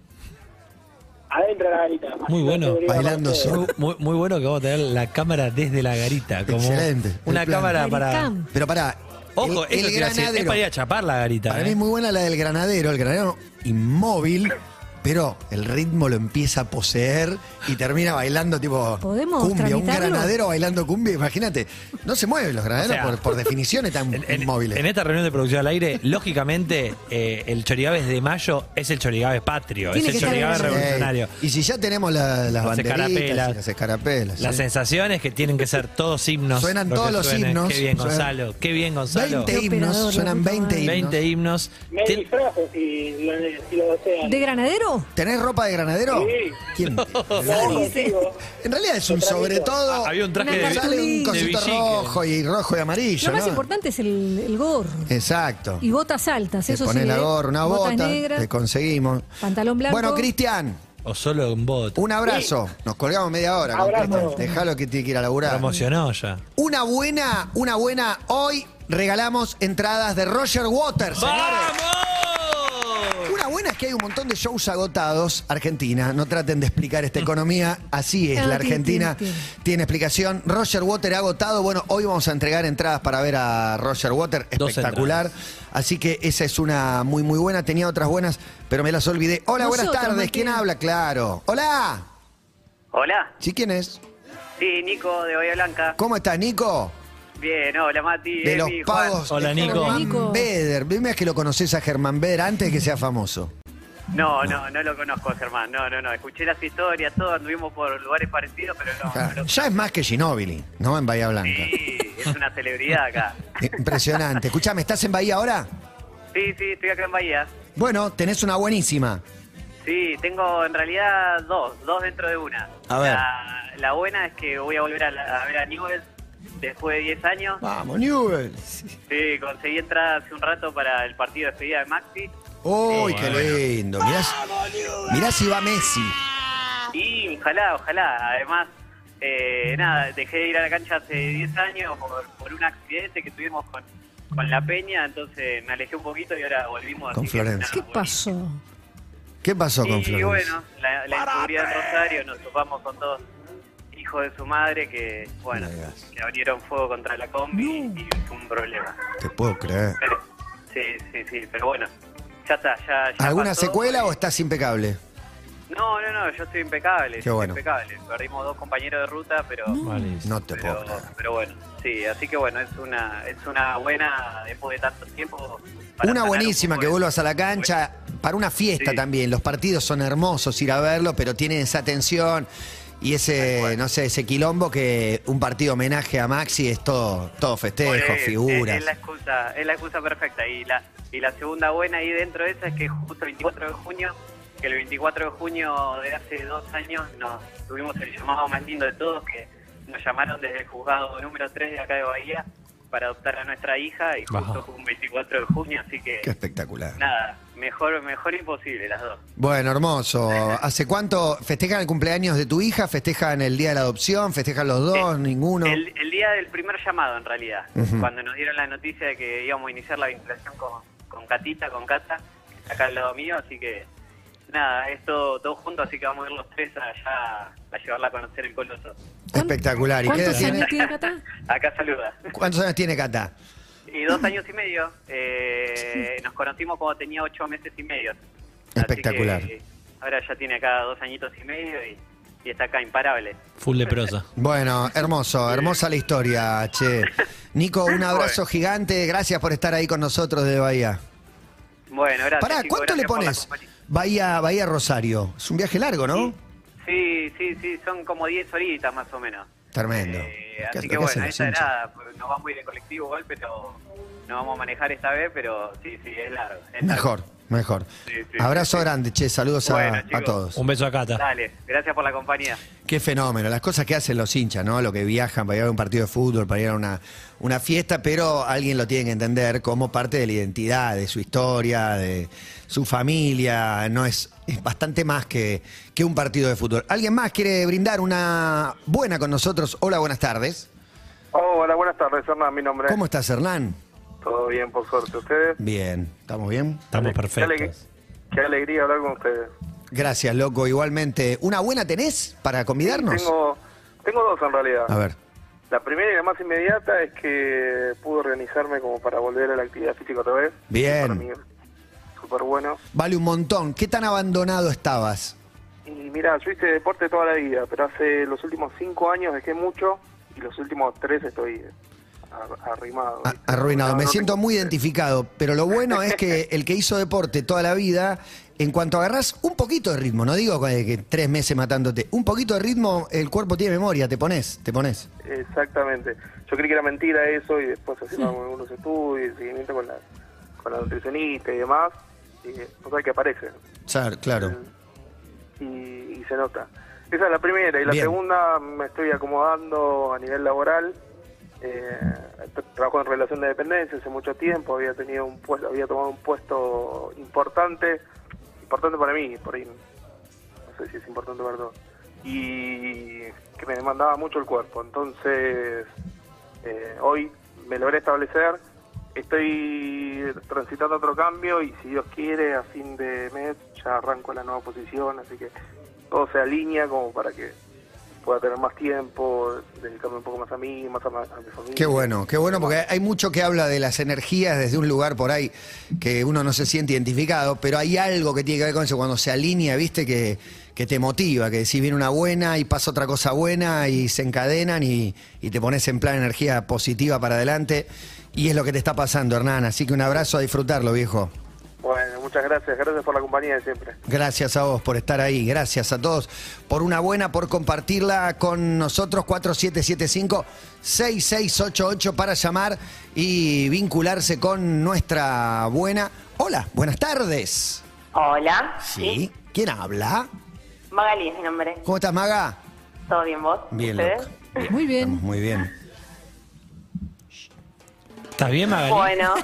Speaker 1: Adentro de la garita.
Speaker 5: Muy bueno,
Speaker 1: Seguridad
Speaker 3: bailando
Speaker 1: para ustedes.
Speaker 5: Muy, muy- muy bueno que vamos a tener la cámara desde la garita. Como
Speaker 3: Excelente.
Speaker 5: Una
Speaker 3: El plan.
Speaker 5: cámara para.
Speaker 4: Baricam.
Speaker 3: Pero pará.
Speaker 5: Ojo,
Speaker 3: el,
Speaker 5: eso
Speaker 3: el
Speaker 5: te iba a decir, es
Speaker 3: granadero.
Speaker 5: para ir a chapar la garita.
Speaker 3: Para
Speaker 5: ¿eh?
Speaker 3: mí es muy buena la del granadero, el granadero inmóvil, pero el ritmo lo empieza a poseer y termina bailando tipo
Speaker 4: ¿Podemos
Speaker 3: cumbia. Un
Speaker 4: tramitarlo?
Speaker 3: granadero bailando cumbia, imagínate. No se mueven los granaderos
Speaker 5: O sea,
Speaker 3: por, por definición están
Speaker 5: En- en,
Speaker 3: inmóviles.
Speaker 5: en esta reunión de producción al aire, lógicamente, eh, el Chorigaves de mayo es el Chorigaves patrio,
Speaker 4: Tiene
Speaker 5: es el
Speaker 4: que estar
Speaker 5: Chorigaves
Speaker 4: en el-
Speaker 5: revolucionario.
Speaker 3: Ey, Eh, Y si ya tenemos la- las
Speaker 5: Las
Speaker 3: banderitas,
Speaker 5: escarapelas.
Speaker 3: las escarapelas.
Speaker 5: Las
Speaker 3: ¿sí?
Speaker 5: sensaciones que tienen que ser todos himnos.
Speaker 3: Suenan
Speaker 5: lo que
Speaker 3: todos los
Speaker 5: suenen.
Speaker 3: himnos.
Speaker 5: Qué bien,
Speaker 3: Suenan-
Speaker 5: Gonzalo. Qué bien, Gonzalo.
Speaker 3: 20
Speaker 4: Qué
Speaker 3: himnos,
Speaker 4: operador,
Speaker 3: suenan
Speaker 4: la puta
Speaker 3: 20 himnos.
Speaker 5: 20 himnos.
Speaker 1: Me
Speaker 5: Tien-
Speaker 1: disfrazo si lo, si lo desean.
Speaker 4: ¿De granadero?
Speaker 3: ¿Tenés ropa de granadero?
Speaker 1: Sí.
Speaker 3: ¿Quién?
Speaker 1: No,
Speaker 3: Nadie.
Speaker 1: contigo.
Speaker 3: En realidad es un
Speaker 1: Te tramito.
Speaker 3: sobre todo.
Speaker 5: Ah, había un traje
Speaker 4: Una
Speaker 5: de,
Speaker 3: sale un
Speaker 4: cartulina.
Speaker 5: de
Speaker 3: cosito
Speaker 5: Villique.
Speaker 3: rojo y rojo y amarillo.
Speaker 4: Lo más
Speaker 3: ¿no?
Speaker 4: importante es el, el gorro.
Speaker 3: Exacto.
Speaker 4: Y botas altas,
Speaker 3: Te
Speaker 4: eso sí.
Speaker 3: pones la
Speaker 4: ¿eh?
Speaker 3: gorra, una
Speaker 4: Botas
Speaker 3: bota,
Speaker 4: negras.
Speaker 3: te conseguimos.
Speaker 4: Pantalón blanco.
Speaker 3: Bueno, Cristian,
Speaker 5: O solo en bot.
Speaker 3: un abrazo. Nos colgamos media hora con
Speaker 1: Abrazo.
Speaker 3: Cristian. Dejalo que tiene que ir a laburar.
Speaker 5: Promocionó ya.
Speaker 3: Una buena, una buena. Hoy regalamos entradas de Roger Waters, señores.
Speaker 5: ¡Vamos!
Speaker 3: Una buena es que hay un montón de shows agotados, Argentina. No traten de explicar esta economía, así es.
Speaker 4: No,
Speaker 3: la
Speaker 4: Ah, tiene-
Speaker 3: Argentina tiene,
Speaker 4: tiene-
Speaker 3: explicación. Roger Water agotado. Bueno, hoy vamos a entregar entradas para ver a Roger Water.
Speaker 5: Dos
Speaker 3: Espectacular. Así que esa es una muy, muy buena. Tenía otras buenas, pero me las olvidé. Hola, buenas
Speaker 4: Nosotros,
Speaker 3: tardes.
Speaker 4: Martín.
Speaker 3: ¿Quién habla? Claro. Hola.
Speaker 6: Hola,
Speaker 3: ¿Sí quién es?
Speaker 6: sí, Nico de Bahía Blanca.
Speaker 3: ¿Cómo estás, Nico?
Speaker 6: Bien, hola Mati.
Speaker 3: De los
Speaker 6: Emi, Juan.
Speaker 3: pagos.
Speaker 5: Hola,
Speaker 3: de
Speaker 5: Nico.
Speaker 4: Nico.
Speaker 3: Germán Beder. Dime que lo conoces a Germán Beder antes de que sea famoso.
Speaker 6: No, no, no lo conozco, Germán. No, no, no. Escuché las historias, todos anduvimos por lugares parecidos, pero no. no lo-
Speaker 3: Ya es más que Ginóbili, ¿no? En Bahía Blanca.
Speaker 6: Sí, es una celebridad acá.
Speaker 3: Impresionante. Escuchame, ¿estás en Bahía ahora?
Speaker 6: Sí, sí, estoy acá en Bahía.
Speaker 3: Bueno, tenés una buenísima.
Speaker 6: Sí, tengo en realidad dos, dos dentro de una.
Speaker 3: A ver.
Speaker 6: La, la buena es que voy a volver a, la- a ver a Newell después de 10 años.
Speaker 3: Vamos, Newell.
Speaker 6: Sí, conseguí entrar hace un rato para el partido de despedida de Maxi.
Speaker 3: Uy, qué lindo. Mirá, mirá si va Messi.
Speaker 6: Y ojalá, ojalá. Además, eh, nada, dejé de ir a la cancha hace 10 años por, por un accidente que tuvimos con, con la peña, entonces me alejé un poquito y ahora volvimos.
Speaker 3: Con
Speaker 6: así que
Speaker 3: Florencia.
Speaker 6: nada,
Speaker 4: ¿Qué
Speaker 6: volví.
Speaker 4: pasó?
Speaker 3: ¿Qué pasó con
Speaker 6: Y
Speaker 3: Flores?
Speaker 6: bueno, la, la inseguridad en Rosario, nos topamos con dos hijos de su madre que, bueno,
Speaker 3: Me digas.
Speaker 6: que abrieron fuego contra la combi y fue un problema.
Speaker 3: Te puedo creer.
Speaker 6: Pero- sí, sí, sí, pero bueno, ya está, ya, ya
Speaker 3: ¿Alguna
Speaker 6: pasó.
Speaker 3: secuela o estás impecable?
Speaker 6: No, no, no, yo estoy impecable, estoy
Speaker 3: bueno.
Speaker 6: impecable. Perdimos dos compañeros de ruta, pero...
Speaker 5: Malísimo.
Speaker 3: No te puedo
Speaker 6: pero,
Speaker 3: creer.
Speaker 6: pero bueno, sí, así que bueno, es una es una buena después de tanto tiempo. para
Speaker 3: Una
Speaker 6: sanar
Speaker 3: buenísima
Speaker 6: un
Speaker 3: que
Speaker 6: poco pues,
Speaker 3: vuelvas a la cancha para una fiesta
Speaker 6: Sí.
Speaker 3: también. Los partidos son hermosos ir a verlos, pero tienen esa tensión y ese, no sé, ese quilombo que un partido homenaje a Maxi es todo, todo
Speaker 6: de-
Speaker 3: festejo,
Speaker 6: es- Es,
Speaker 3: figuras.
Speaker 6: la excusa, es la excusa perfecta y la y la segunda buena ahí dentro de esa es que justo el 24 de junio, que el 24 de junio de hace dos años nos tuvimos el llamado más lindo de todos que nos llamaron desde el juzgado número 3 de acá de Bahía para adoptar a nuestra hija y justo
Speaker 5: Ajá.
Speaker 6: fue un 24 de junio, así que
Speaker 3: Qué espectacular.
Speaker 6: nada, mejor mejor imposible las dos.
Speaker 3: Bueno, hermoso. ¿Hace cuánto festejan el cumpleaños de tu hija? ¿Festejan el día de la adopción? ¿Festejan los dos? ¿Ninguno?
Speaker 6: Eh, El, el día del primer llamado, en realidad,
Speaker 3: Ujú.
Speaker 6: cuando nos dieron la noticia de que íbamos a iniciar la vinculación con, con Catita, con Cata, que está acá al lado mío, así que nada, es todo, todo junto, así que vamos a ir los tres allá a llevarla a conocer el coloso.
Speaker 3: Espectacular. ¿Y qué edad
Speaker 4: ¿Cuántos
Speaker 3: tiene?
Speaker 4: años tiene Cata?
Speaker 6: Acá saluda.
Speaker 3: ¿Cuántos años tiene Cata?
Speaker 6: Y dos años y medio, eh, nos conocimos cuando tenía ocho meses y medio. Así
Speaker 3: Espectacular.
Speaker 6: que ahora ya tiene acá dos añitos y medio y, y está acá imparable.
Speaker 5: Full de prosa.
Speaker 3: Bueno, hermoso, hermosa la historia, che. Nico, un abrazo gigante. Gracias por estar ahí con nosotros de Bahía.
Speaker 6: Bueno, gracias.
Speaker 3: Pará,
Speaker 6: chicos,
Speaker 3: ¿cuánto le
Speaker 6: gracias por la
Speaker 3: pones?
Speaker 6: compañía.
Speaker 3: Bahía, Bahía Rosario. Es un viaje largo, ¿no?
Speaker 6: Sí, sí, sí, son como 10 horitas más o menos.
Speaker 3: Tremendo.
Speaker 6: Eh,
Speaker 3: Lo que-
Speaker 6: así
Speaker 3: lo que
Speaker 6: que
Speaker 3: hacen
Speaker 6: bueno,
Speaker 3: los
Speaker 6: esa
Speaker 3: hinchas.
Speaker 6: era, nos vamos a ir en colectivo igual, pero no vamos a manejar esta vez, pero sí, sí, es largo. es largo.
Speaker 3: Mejor, Mejor.
Speaker 6: Sí, sí,
Speaker 3: Abrazo
Speaker 6: sí, sí.
Speaker 3: grande, che, saludos a-
Speaker 6: Bueno,
Speaker 3: a,
Speaker 6: chicos.
Speaker 3: todos.
Speaker 5: Un beso a Cata.
Speaker 6: Dale, gracias por la compañía.
Speaker 3: Qué fenómeno, las cosas que hacen los hinchas, ¿no? Lo que viajan para ir a un partido de fútbol, para ir a una, una fiesta, pero alguien lo tiene que entender como parte de la identidad, de su historia, de su familia, no es, es bastante más que, que un partido de fútbol. ¿Alguien más quiere brindar una buena con nosotros? Hola, buenas tardes.
Speaker 7: Oh, Hola, buenas tardes, Hernán, mi nombre.
Speaker 3: ¿Cómo estás, Hernán?
Speaker 7: Todo bien, por suerte. ¿Ustedes?
Speaker 3: Bien, ¿estamos bien?
Speaker 5: Estamos
Speaker 7: Qué, aleg-
Speaker 5: perfectos.
Speaker 7: qué alegría hablar con ustedes.
Speaker 3: Gracias, loco. Igualmente, ¿una buena tenés para convidarnos?
Speaker 7: Tengo, tengo dos en realidad.
Speaker 3: A ver,
Speaker 7: La primera y la más inmediata es que pude organizarme como para volver a la actividad física otra vez.
Speaker 3: Bien.
Speaker 7: Para mí, súper bueno.
Speaker 3: vale un montón. ¿Qué tan abandonado estabas?
Speaker 7: Y mira, yo hice deporte toda la vida, pero hace los últimos cinco años dejé mucho y los últimos tres estoy ar- arrimado.
Speaker 3: A-
Speaker 7: ¿viste?
Speaker 3: Arruinado,
Speaker 7: No,
Speaker 3: me
Speaker 7: no
Speaker 3: siento
Speaker 7: tengo-
Speaker 3: muy identificado, pero lo bueno es que el que hizo deporte toda la vida, en cuanto agarrás un poquito de ritmo, no digo que que tres meses matándote, un poquito de ritmo, el cuerpo tiene memoria, te pones, te pones.
Speaker 7: Exactamente. Yo creí que era mentira eso y después haciendo algunos estudios, seguimiento con la, con la nutricionista y demás, y, cosa que aparece
Speaker 3: Claro, claro.
Speaker 7: y, y se nota. Esa es la primera. Y la
Speaker 3: Bien.
Speaker 7: segunda, me estoy acomodando a nivel laboral. Eh, tra- trabajo en relación de dependencia hace mucho tiempo, había tenido un puesto, había tomado un puesto importante, importante para mí, por ahí no sé si es importante para todos, y que me demandaba mucho el cuerpo. Entonces, eh, hoy me logré establecer, estoy transitando otro cambio y si Dios quiere, a fin de mes ya arranco la nueva posición, así que todo se alinea como para que pueda tener más tiempo, dedicarme un poco más a mí, más a, ma- a mi familia.
Speaker 3: Qué bueno, qué bueno, porque hay mucho que habla de las energías desde un lugar por ahí que uno no se siente identificado, pero hay algo que tiene que ver con eso, cuando se alinea, viste, que, que te motiva, que si viene una buena y pasa otra cosa buena y se encadenan y, y te pones en plan energía positiva para adelante. Y es lo que te está pasando, Hernán. Así que un abrazo a disfrutarlo, viejo.
Speaker 7: Bueno, muchas gracias, gracias por la compañía de siempre.
Speaker 3: Gracias a vos por estar ahí, gracias a todos por una buena, por compartirla con nosotros, 4775-6688 para llamar y vincularse con nuestra buena. Hola, buenas tardes.
Speaker 8: Hola.
Speaker 3: Sí. ¿Quién habla?
Speaker 8: Magali es mi nombre.
Speaker 3: ¿Cómo estás, Maga?
Speaker 8: ¿Todo bien vos?
Speaker 3: Bien,
Speaker 8: ¿Ustedes?
Speaker 3: loca.
Speaker 4: Muy
Speaker 3: Estamos
Speaker 4: bien.
Speaker 3: muy bien.
Speaker 5: ¿Estás bien, Magali?
Speaker 8: Bueno,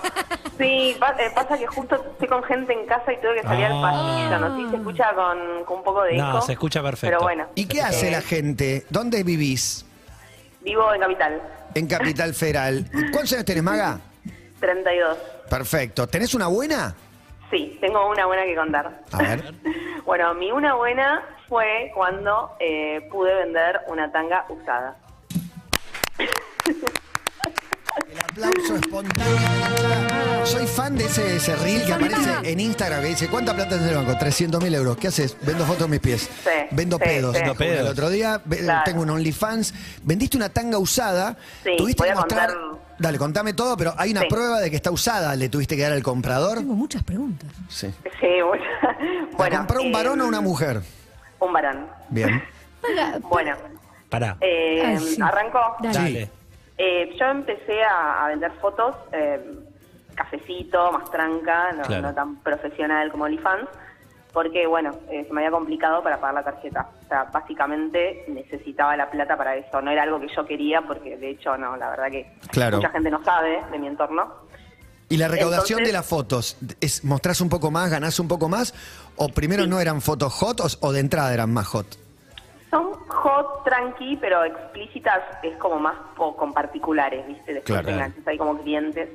Speaker 8: sí, pa- eh, pasa que justo estoy con gente en casa y tuve que salir al
Speaker 5: Ah.
Speaker 8: pasillo, ¿no? Sí, se escucha con, con un poco de
Speaker 5: No,
Speaker 8: eco.
Speaker 5: se escucha perfecto.
Speaker 8: Pero bueno,
Speaker 3: ¿Y qué hace la gente? ¿Dónde vivís?
Speaker 8: vivo en Capital,
Speaker 3: En Capital Federal. ¿Cuántos años tenés, Maga?
Speaker 8: 32.
Speaker 3: Perfecto. ¿Tenés una buena?
Speaker 8: Sí, tengo una buena que contar.
Speaker 3: A ver.
Speaker 8: Bueno, mi una buena fue cuando eh, pude vender una tanga usada.
Speaker 3: El aplauso espontáneo. Soy fan de ese, ese reel que aparece en Instagram que dice, ¿cuánta plata tenés en el banco? 300 mil euros. ¿Qué haces? Vendo fotos de mis pies.
Speaker 8: Sí,
Speaker 3: Vendo
Speaker 8: sí,
Speaker 3: pedos.
Speaker 8: sí.
Speaker 3: dijo uno El
Speaker 5: Pedos.
Speaker 3: otro día Ve-
Speaker 8: Claro.
Speaker 3: tengo un OnlyFans. Vendiste una tanga usada.
Speaker 8: Sí,
Speaker 3: tuviste
Speaker 8: voy
Speaker 3: que
Speaker 8: a
Speaker 3: mostrar...
Speaker 8: contar-
Speaker 3: Dale, contame todo, pero hay una
Speaker 8: Sí.
Speaker 3: prueba de que está usada. ¿Le tuviste que dar al comprador?
Speaker 4: Tengo muchas preguntas.
Speaker 3: Sí.
Speaker 8: Sí, bueno.
Speaker 3: ¿La
Speaker 8: bueno
Speaker 3: compró un varón
Speaker 8: eh,
Speaker 3: o una mujer?
Speaker 8: Un varón.
Speaker 3: Bien.
Speaker 8: Bueno,
Speaker 5: Pará.
Speaker 8: eh,
Speaker 4: Ay, sí.
Speaker 8: arrancó.
Speaker 4: Dale.
Speaker 5: Dale.
Speaker 8: Eh, yo empecé a, a vender fotos, eh, cafecito, más tranca, no,
Speaker 5: Claro.
Speaker 8: no tan profesional como OnlyFans, porque bueno, eh, se me había complicado para pagar la tarjeta. O sea, básicamente necesitaba la plata para eso, no era algo que yo quería, porque de hecho no, la verdad que
Speaker 3: Claro.
Speaker 8: mucha gente no sabe de mi entorno.
Speaker 3: ¿Y la recaudación
Speaker 8: Entonces-
Speaker 3: de las fotos? ¿Es, ¿Mostrás un poco más, ganás un poco más? ¿O primero no eran fotos hot o, o de entrada eran más hot?
Speaker 8: Son hot, tranqui, pero explícitas es como más po- con particulares, ¿viste? Después
Speaker 3: Claro.
Speaker 8: te enganchas ahí como clientes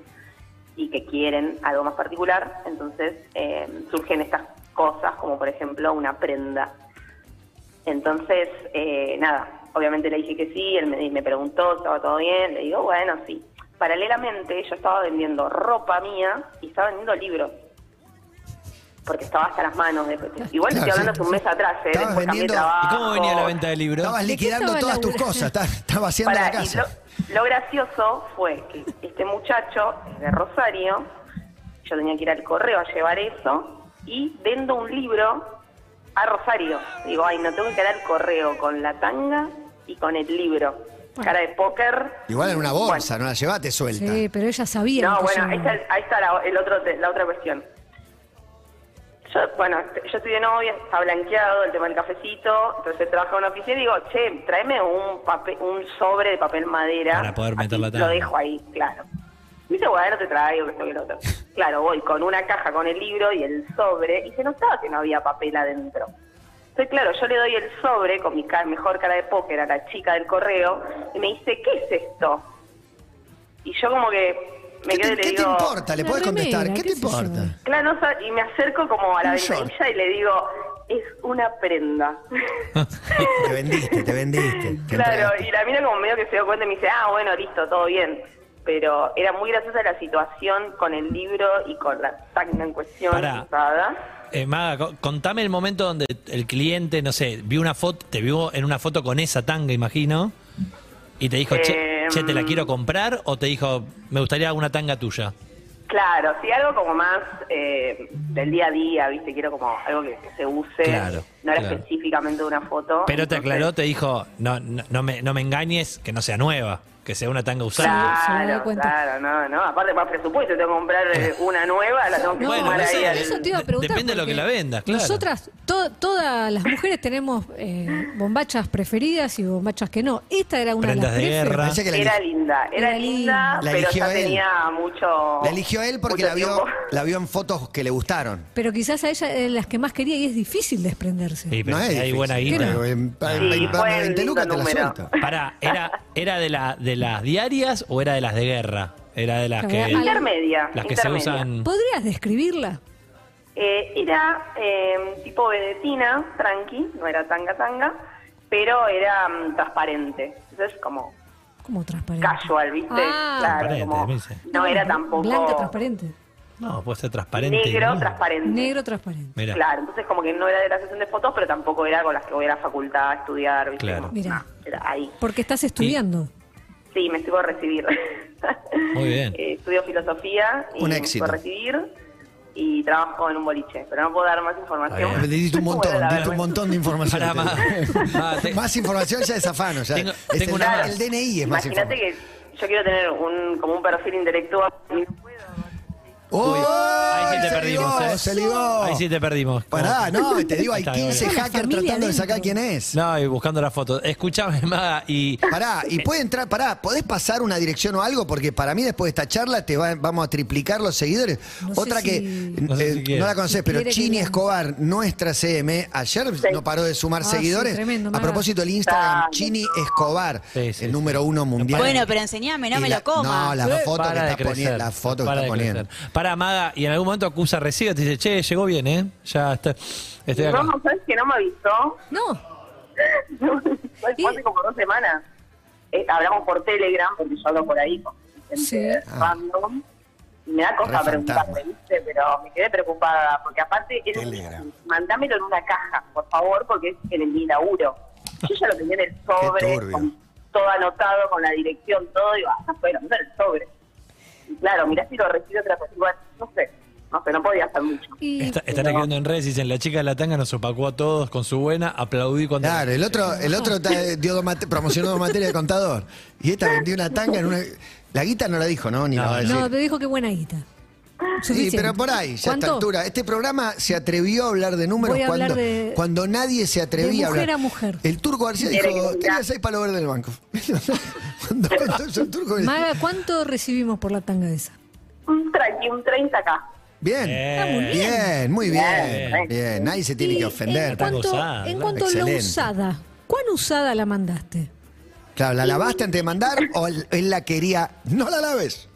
Speaker 8: y que quieren algo más particular, entonces eh, surgen estas cosas, como por ejemplo una prenda. Entonces, eh, nada, obviamente le dije que sí, él me, me preguntó, estaba todo bien, le digo, bueno, sí. Paralelamente yo estaba vendiendo ropa mía y estaba vendiendo libros. Porque estaba hasta las manos. De, igual
Speaker 3: Claro,
Speaker 8: estoy hablando
Speaker 3: sí.
Speaker 8: hace un mes atrás, ¿eh?
Speaker 3: Estabas
Speaker 8: Después cambié
Speaker 3: vendiendo-
Speaker 8: de trabajo.
Speaker 5: ¿Y cómo venía la venta de libros?
Speaker 3: Estabas
Speaker 4: ¿De qué
Speaker 3: liquidando
Speaker 4: estaba
Speaker 3: todas tus
Speaker 4: laburando?
Speaker 3: cosas, estabas, estabas vaciando
Speaker 8: Pará,
Speaker 3: la
Speaker 8: y
Speaker 3: casa.
Speaker 8: Lo, lo gracioso fue que este muchacho es de Rosario, yo tenía que ir al correo a llevar eso y vendo un libro a Rosario. Digo, ay, no tengo que ir al correo con la tanga y con el libro. Cara de póker.
Speaker 3: Igual en una bolsa, no la llevaste suelta.
Speaker 4: Sí, pero ella sabía.
Speaker 8: Bueno. no,
Speaker 4: entonces
Speaker 8: bueno, ahí está, ahí está la, el otro, te- la otra cuestión. Yo, bueno, t- yo estoy de novia, está blanqueado el tema del cafecito, entonces trabajo en una oficina y digo, che, tráeme un papel, un sobre de papel madera.
Speaker 5: Para poder meter la
Speaker 8: así
Speaker 5: tapa.
Speaker 8: Lo dejo ahí, claro. Me dice, bueno, te traigo esto que lo otro. Claro, voy con una caja con el libro y el sobre, y se notaba que no había papel adentro. Entonces, claro, yo le doy el sobre con mi ca- mejor cara de póker a la chica del correo, y me dice, ¿qué es esto? Y yo como que me
Speaker 3: ¿Qué
Speaker 8: quedo
Speaker 3: te,
Speaker 8: y le
Speaker 3: qué te
Speaker 8: digo...
Speaker 3: importa? Le
Speaker 4: Una
Speaker 3: puedes contestar.
Speaker 4: remera,
Speaker 3: ¿Qué
Speaker 4: qué
Speaker 3: te
Speaker 4: sé yo.
Speaker 3: importa?
Speaker 8: Claro, no sab- y me acerco como a la
Speaker 3: Un short.
Speaker 8: ventanilla y le digo, es una prenda.
Speaker 3: Te vendiste, te vendiste. te
Speaker 8: claro,
Speaker 3: entregaste.
Speaker 8: y la mina como medio que se dio cuenta y me dice, ah, bueno, listo, todo bien. Pero era muy graciosa la situación con el libro y con la tacna en cuestión.
Speaker 5: Pará.
Speaker 8: usada.
Speaker 5: Eh, Maga, co- contame el momento donde el cliente, no sé, vio una foto, te vio en una foto con esa tanga, imagino, y te dijo, che,
Speaker 8: Em.
Speaker 5: che, te la quiero comprar, o te dijo, me gustaría una tanga tuya.
Speaker 8: Claro, sí, algo como más eh, del día a día, ¿viste? Quiero como algo que, que se use.
Speaker 5: Claro,
Speaker 8: no era
Speaker 5: claro.
Speaker 8: específicamente una foto.
Speaker 5: Pero te
Speaker 8: entonces-
Speaker 5: aclaró, te dijo, no, no, no me, no me engañes, que no sea nueva, que sea una tanga usada.
Speaker 4: se me da
Speaker 8: Claro,
Speaker 4: cuenta.
Speaker 8: claro, no, no. Aparte, más presupuesto, tengo que comprar eh, una nueva, la tengo que
Speaker 4: No,
Speaker 5: Bueno,
Speaker 8: sumar
Speaker 5: pero
Speaker 8: ahí
Speaker 5: eso-
Speaker 8: al-
Speaker 5: eso- de- depende de lo que
Speaker 4: porque
Speaker 5: la vendas, claro.
Speaker 4: Nosotras, to- todas las mujeres tenemos eh, bombachas preferidas y bombachas que no. Esta era una
Speaker 5: Prendas
Speaker 4: de las
Speaker 5: de
Speaker 4: preferidas.
Speaker 5: guerra.
Speaker 3: Parece que la,
Speaker 8: Era
Speaker 3: eli-
Speaker 8: linda, era
Speaker 4: Era linda.
Speaker 8: linda,
Speaker 3: La
Speaker 8: pero
Speaker 3: eligió
Speaker 8: ya
Speaker 3: él.
Speaker 8: tenía mucho.
Speaker 3: la eligió él porque
Speaker 8: mucho
Speaker 3: la vio,
Speaker 8: tiempo.
Speaker 3: la vio en fotos que le gustaron.
Speaker 4: Pero quizás a ella eh, las que más quería y es difícil desprenderse.
Speaker 5: Y, pero
Speaker 3: no es
Speaker 5: si hay
Speaker 3: difícil,
Speaker 5: buena guita.
Speaker 3: pero en- en-
Speaker 8: Sí,
Speaker 3: en-
Speaker 8: fue
Speaker 3: en 20
Speaker 8: el
Speaker 3: lucas te la
Speaker 8: número.
Speaker 3: suelto.
Speaker 5: Pará, ¿era, era de, la, de las diarias o era de las de guerra? Era de las
Speaker 4: Claro,
Speaker 5: que,
Speaker 4: al-
Speaker 8: Intermedia.
Speaker 5: las que se
Speaker 8: intermedia.
Speaker 5: usan...
Speaker 4: ¿Podrías describirla?
Speaker 8: Eh, era eh, tipo vedetina, tranqui, no era tanga tanga, pero era mm, transparente. Entonces, como
Speaker 4: Como transparente.
Speaker 8: casual, ¿viste?
Speaker 4: Ah.
Speaker 8: claro,
Speaker 5: Transparente,
Speaker 8: como,
Speaker 5: me dice.
Speaker 8: no era tampoco.
Speaker 4: Blanca transparente.
Speaker 5: No, puede ser transparente. y
Speaker 8: Negro,
Speaker 5: no.
Speaker 8: transparente.
Speaker 4: Negro transparente.
Speaker 5: Mirá,
Speaker 8: Claro, entonces como que no era de la sesión de fotos, pero tampoco era con las que voy a la facultad a estudiar, ¿viste?
Speaker 5: Claro.
Speaker 8: Como,
Speaker 4: Mirá.
Speaker 8: no, era ahí.
Speaker 4: Porque estás estudiando.
Speaker 8: Sí, me estuvo a recibir.
Speaker 5: Muy bien.
Speaker 8: Eh, estudio filosofía y
Speaker 3: Un
Speaker 8: me
Speaker 3: éxito.
Speaker 8: estuvo a recibir y trabajo en un boliche, pero no puedo dar más información.
Speaker 5: Está
Speaker 3: Le diste un montón,
Speaker 8: Bueno, la
Speaker 3: diste un
Speaker 8: verdad.
Speaker 3: montón de información.
Speaker 5: Pará, ma. Ma, te-
Speaker 3: más información ya es afano. Ya.
Speaker 5: Tengo-
Speaker 3: Es
Speaker 5: tengo
Speaker 3: el,
Speaker 5: una más.
Speaker 3: el DNI es más
Speaker 8: Imagínate
Speaker 3: información.
Speaker 8: que yo quiero tener un como un perfil intelectual.
Speaker 3: ¡Oh!
Speaker 5: Uy, ahí sí Ah, te
Speaker 3: se
Speaker 5: perdimos,
Speaker 3: ligó,
Speaker 5: ¿eh?
Speaker 3: Se ligó.
Speaker 5: Ahí sí te perdimos.
Speaker 3: Pará, no, te digo, hay
Speaker 5: Está bien.
Speaker 3: 15
Speaker 4: Está la
Speaker 3: hackers
Speaker 4: familia
Speaker 3: tratando de sacar
Speaker 4: adentro.
Speaker 3: quién es.
Speaker 5: No, y buscando la foto. Escuchame, Maga, y...
Speaker 3: Pará, y puede entrar, pará, ¿podés pasar una dirección o algo? Porque para mí después de esta charla te va- vamos a triplicar los seguidores.
Speaker 4: No sé
Speaker 3: Otra
Speaker 4: si-
Speaker 3: que
Speaker 5: No sé si
Speaker 3: eh,
Speaker 5: quiere.
Speaker 3: no la conocés,
Speaker 4: Si
Speaker 3: pero
Speaker 4: quiere que
Speaker 3: Chini
Speaker 4: la-
Speaker 3: Escobar, nuestra CM, ayer no paró de sumar
Speaker 4: Ah, sí,
Speaker 3: seguidores.
Speaker 4: tremendo,
Speaker 3: a
Speaker 4: Maga.
Speaker 3: propósito del Instagram,
Speaker 8: Dale.
Speaker 3: Chini Escobar,
Speaker 5: Sí, sí,
Speaker 3: el
Speaker 5: sí.
Speaker 3: número uno mundial.
Speaker 9: Ah. Bueno, pero enseñame, no
Speaker 3: Y
Speaker 9: me
Speaker 3: la-
Speaker 9: lo coma.
Speaker 3: No, la
Speaker 5: Eh,
Speaker 3: foto que
Speaker 5: para de
Speaker 3: está poniendo.
Speaker 5: crecer,
Speaker 3: La foto que
Speaker 5: para
Speaker 3: está
Speaker 5: de
Speaker 3: poniendo.
Speaker 5: crecer. Pará, Maga, y en algún momento acusa recibe, te dice, che, llegó bien, ¿eh? Ya está, estoy acá.
Speaker 8: No, ¿sabes que no me avisó?
Speaker 4: No.
Speaker 8: Fue hace como dos semanas. Eh, hablamos por Telegram, porque yo hablo por ahí con gente
Speaker 4: Sí.
Speaker 8: random. Y Me da cosa
Speaker 3: Ah. Re
Speaker 8: preguntarle,
Speaker 3: fantasma.
Speaker 8: ¿viste? Pero me quedé preocupada, porque aparte, es-
Speaker 3: Telegram.
Speaker 8: mandámelo en una caja, por favor, porque es el mi laburo. Yo ya lo tenía en el sobre,
Speaker 3: turbio.
Speaker 8: con todo anotado, con la dirección, todo, y digo, ah, bueno, no el sobre. Y claro, mirá si lo recibe otra persona, Bueno, no sé, no sé, no podía hacer mucho.
Speaker 4: Y
Speaker 5: Está- estará quedando en redes y dicen, la chica de la tanga nos opacó a todos con su buena, aplaudí cuando...
Speaker 3: Claro, el otro, el otro ta- dio dos mate- promocionó dos materias de contador. Y esta vendió una tanga en una. La guita no la dijo, ¿no? Ni la va a decir.
Speaker 4: no, te dijo que buena guita.
Speaker 3: Sí,
Speaker 4: Suficiente.
Speaker 3: pero por ahí, ya a esta
Speaker 4: ¿Cuánto?
Speaker 3: altura. Este programa se atrevió a hablar de números
Speaker 4: Voy a
Speaker 3: cuando,
Speaker 4: hablar de-
Speaker 3: cuando nadie se atrevía
Speaker 4: de mujer
Speaker 3: a hablar.
Speaker 4: a mujer.
Speaker 3: El turco García
Speaker 8: Tiene que
Speaker 3: dijo,
Speaker 8: mirar.
Speaker 3: tenía seis palos verdes del banco. cuando contó eso el turco
Speaker 4: Maga, ¿cuánto recibimos por la tanga de esa?
Speaker 3: Eh,
Speaker 8: Un tranqui, un 30K.
Speaker 3: Bien.
Speaker 5: Está
Speaker 4: muy bien.
Speaker 3: Bien, muy bien.
Speaker 8: Bien.
Speaker 3: Bien, nadie se tiene
Speaker 4: Y eh,
Speaker 3: que ofender.
Speaker 4: En cuanto,
Speaker 5: Tan usada,
Speaker 4: en
Speaker 5: ¿no?
Speaker 4: cuanto a lo
Speaker 3: Excelente.
Speaker 4: usada, ¿cuán usada la mandaste?
Speaker 3: Claro, ¿la lavaste antes de mandar o él la quería? No la laves.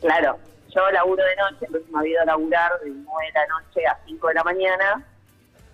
Speaker 8: Claro, yo laburo de noche, entonces me había ido a laburar de 9 de la noche a 5 de la mañana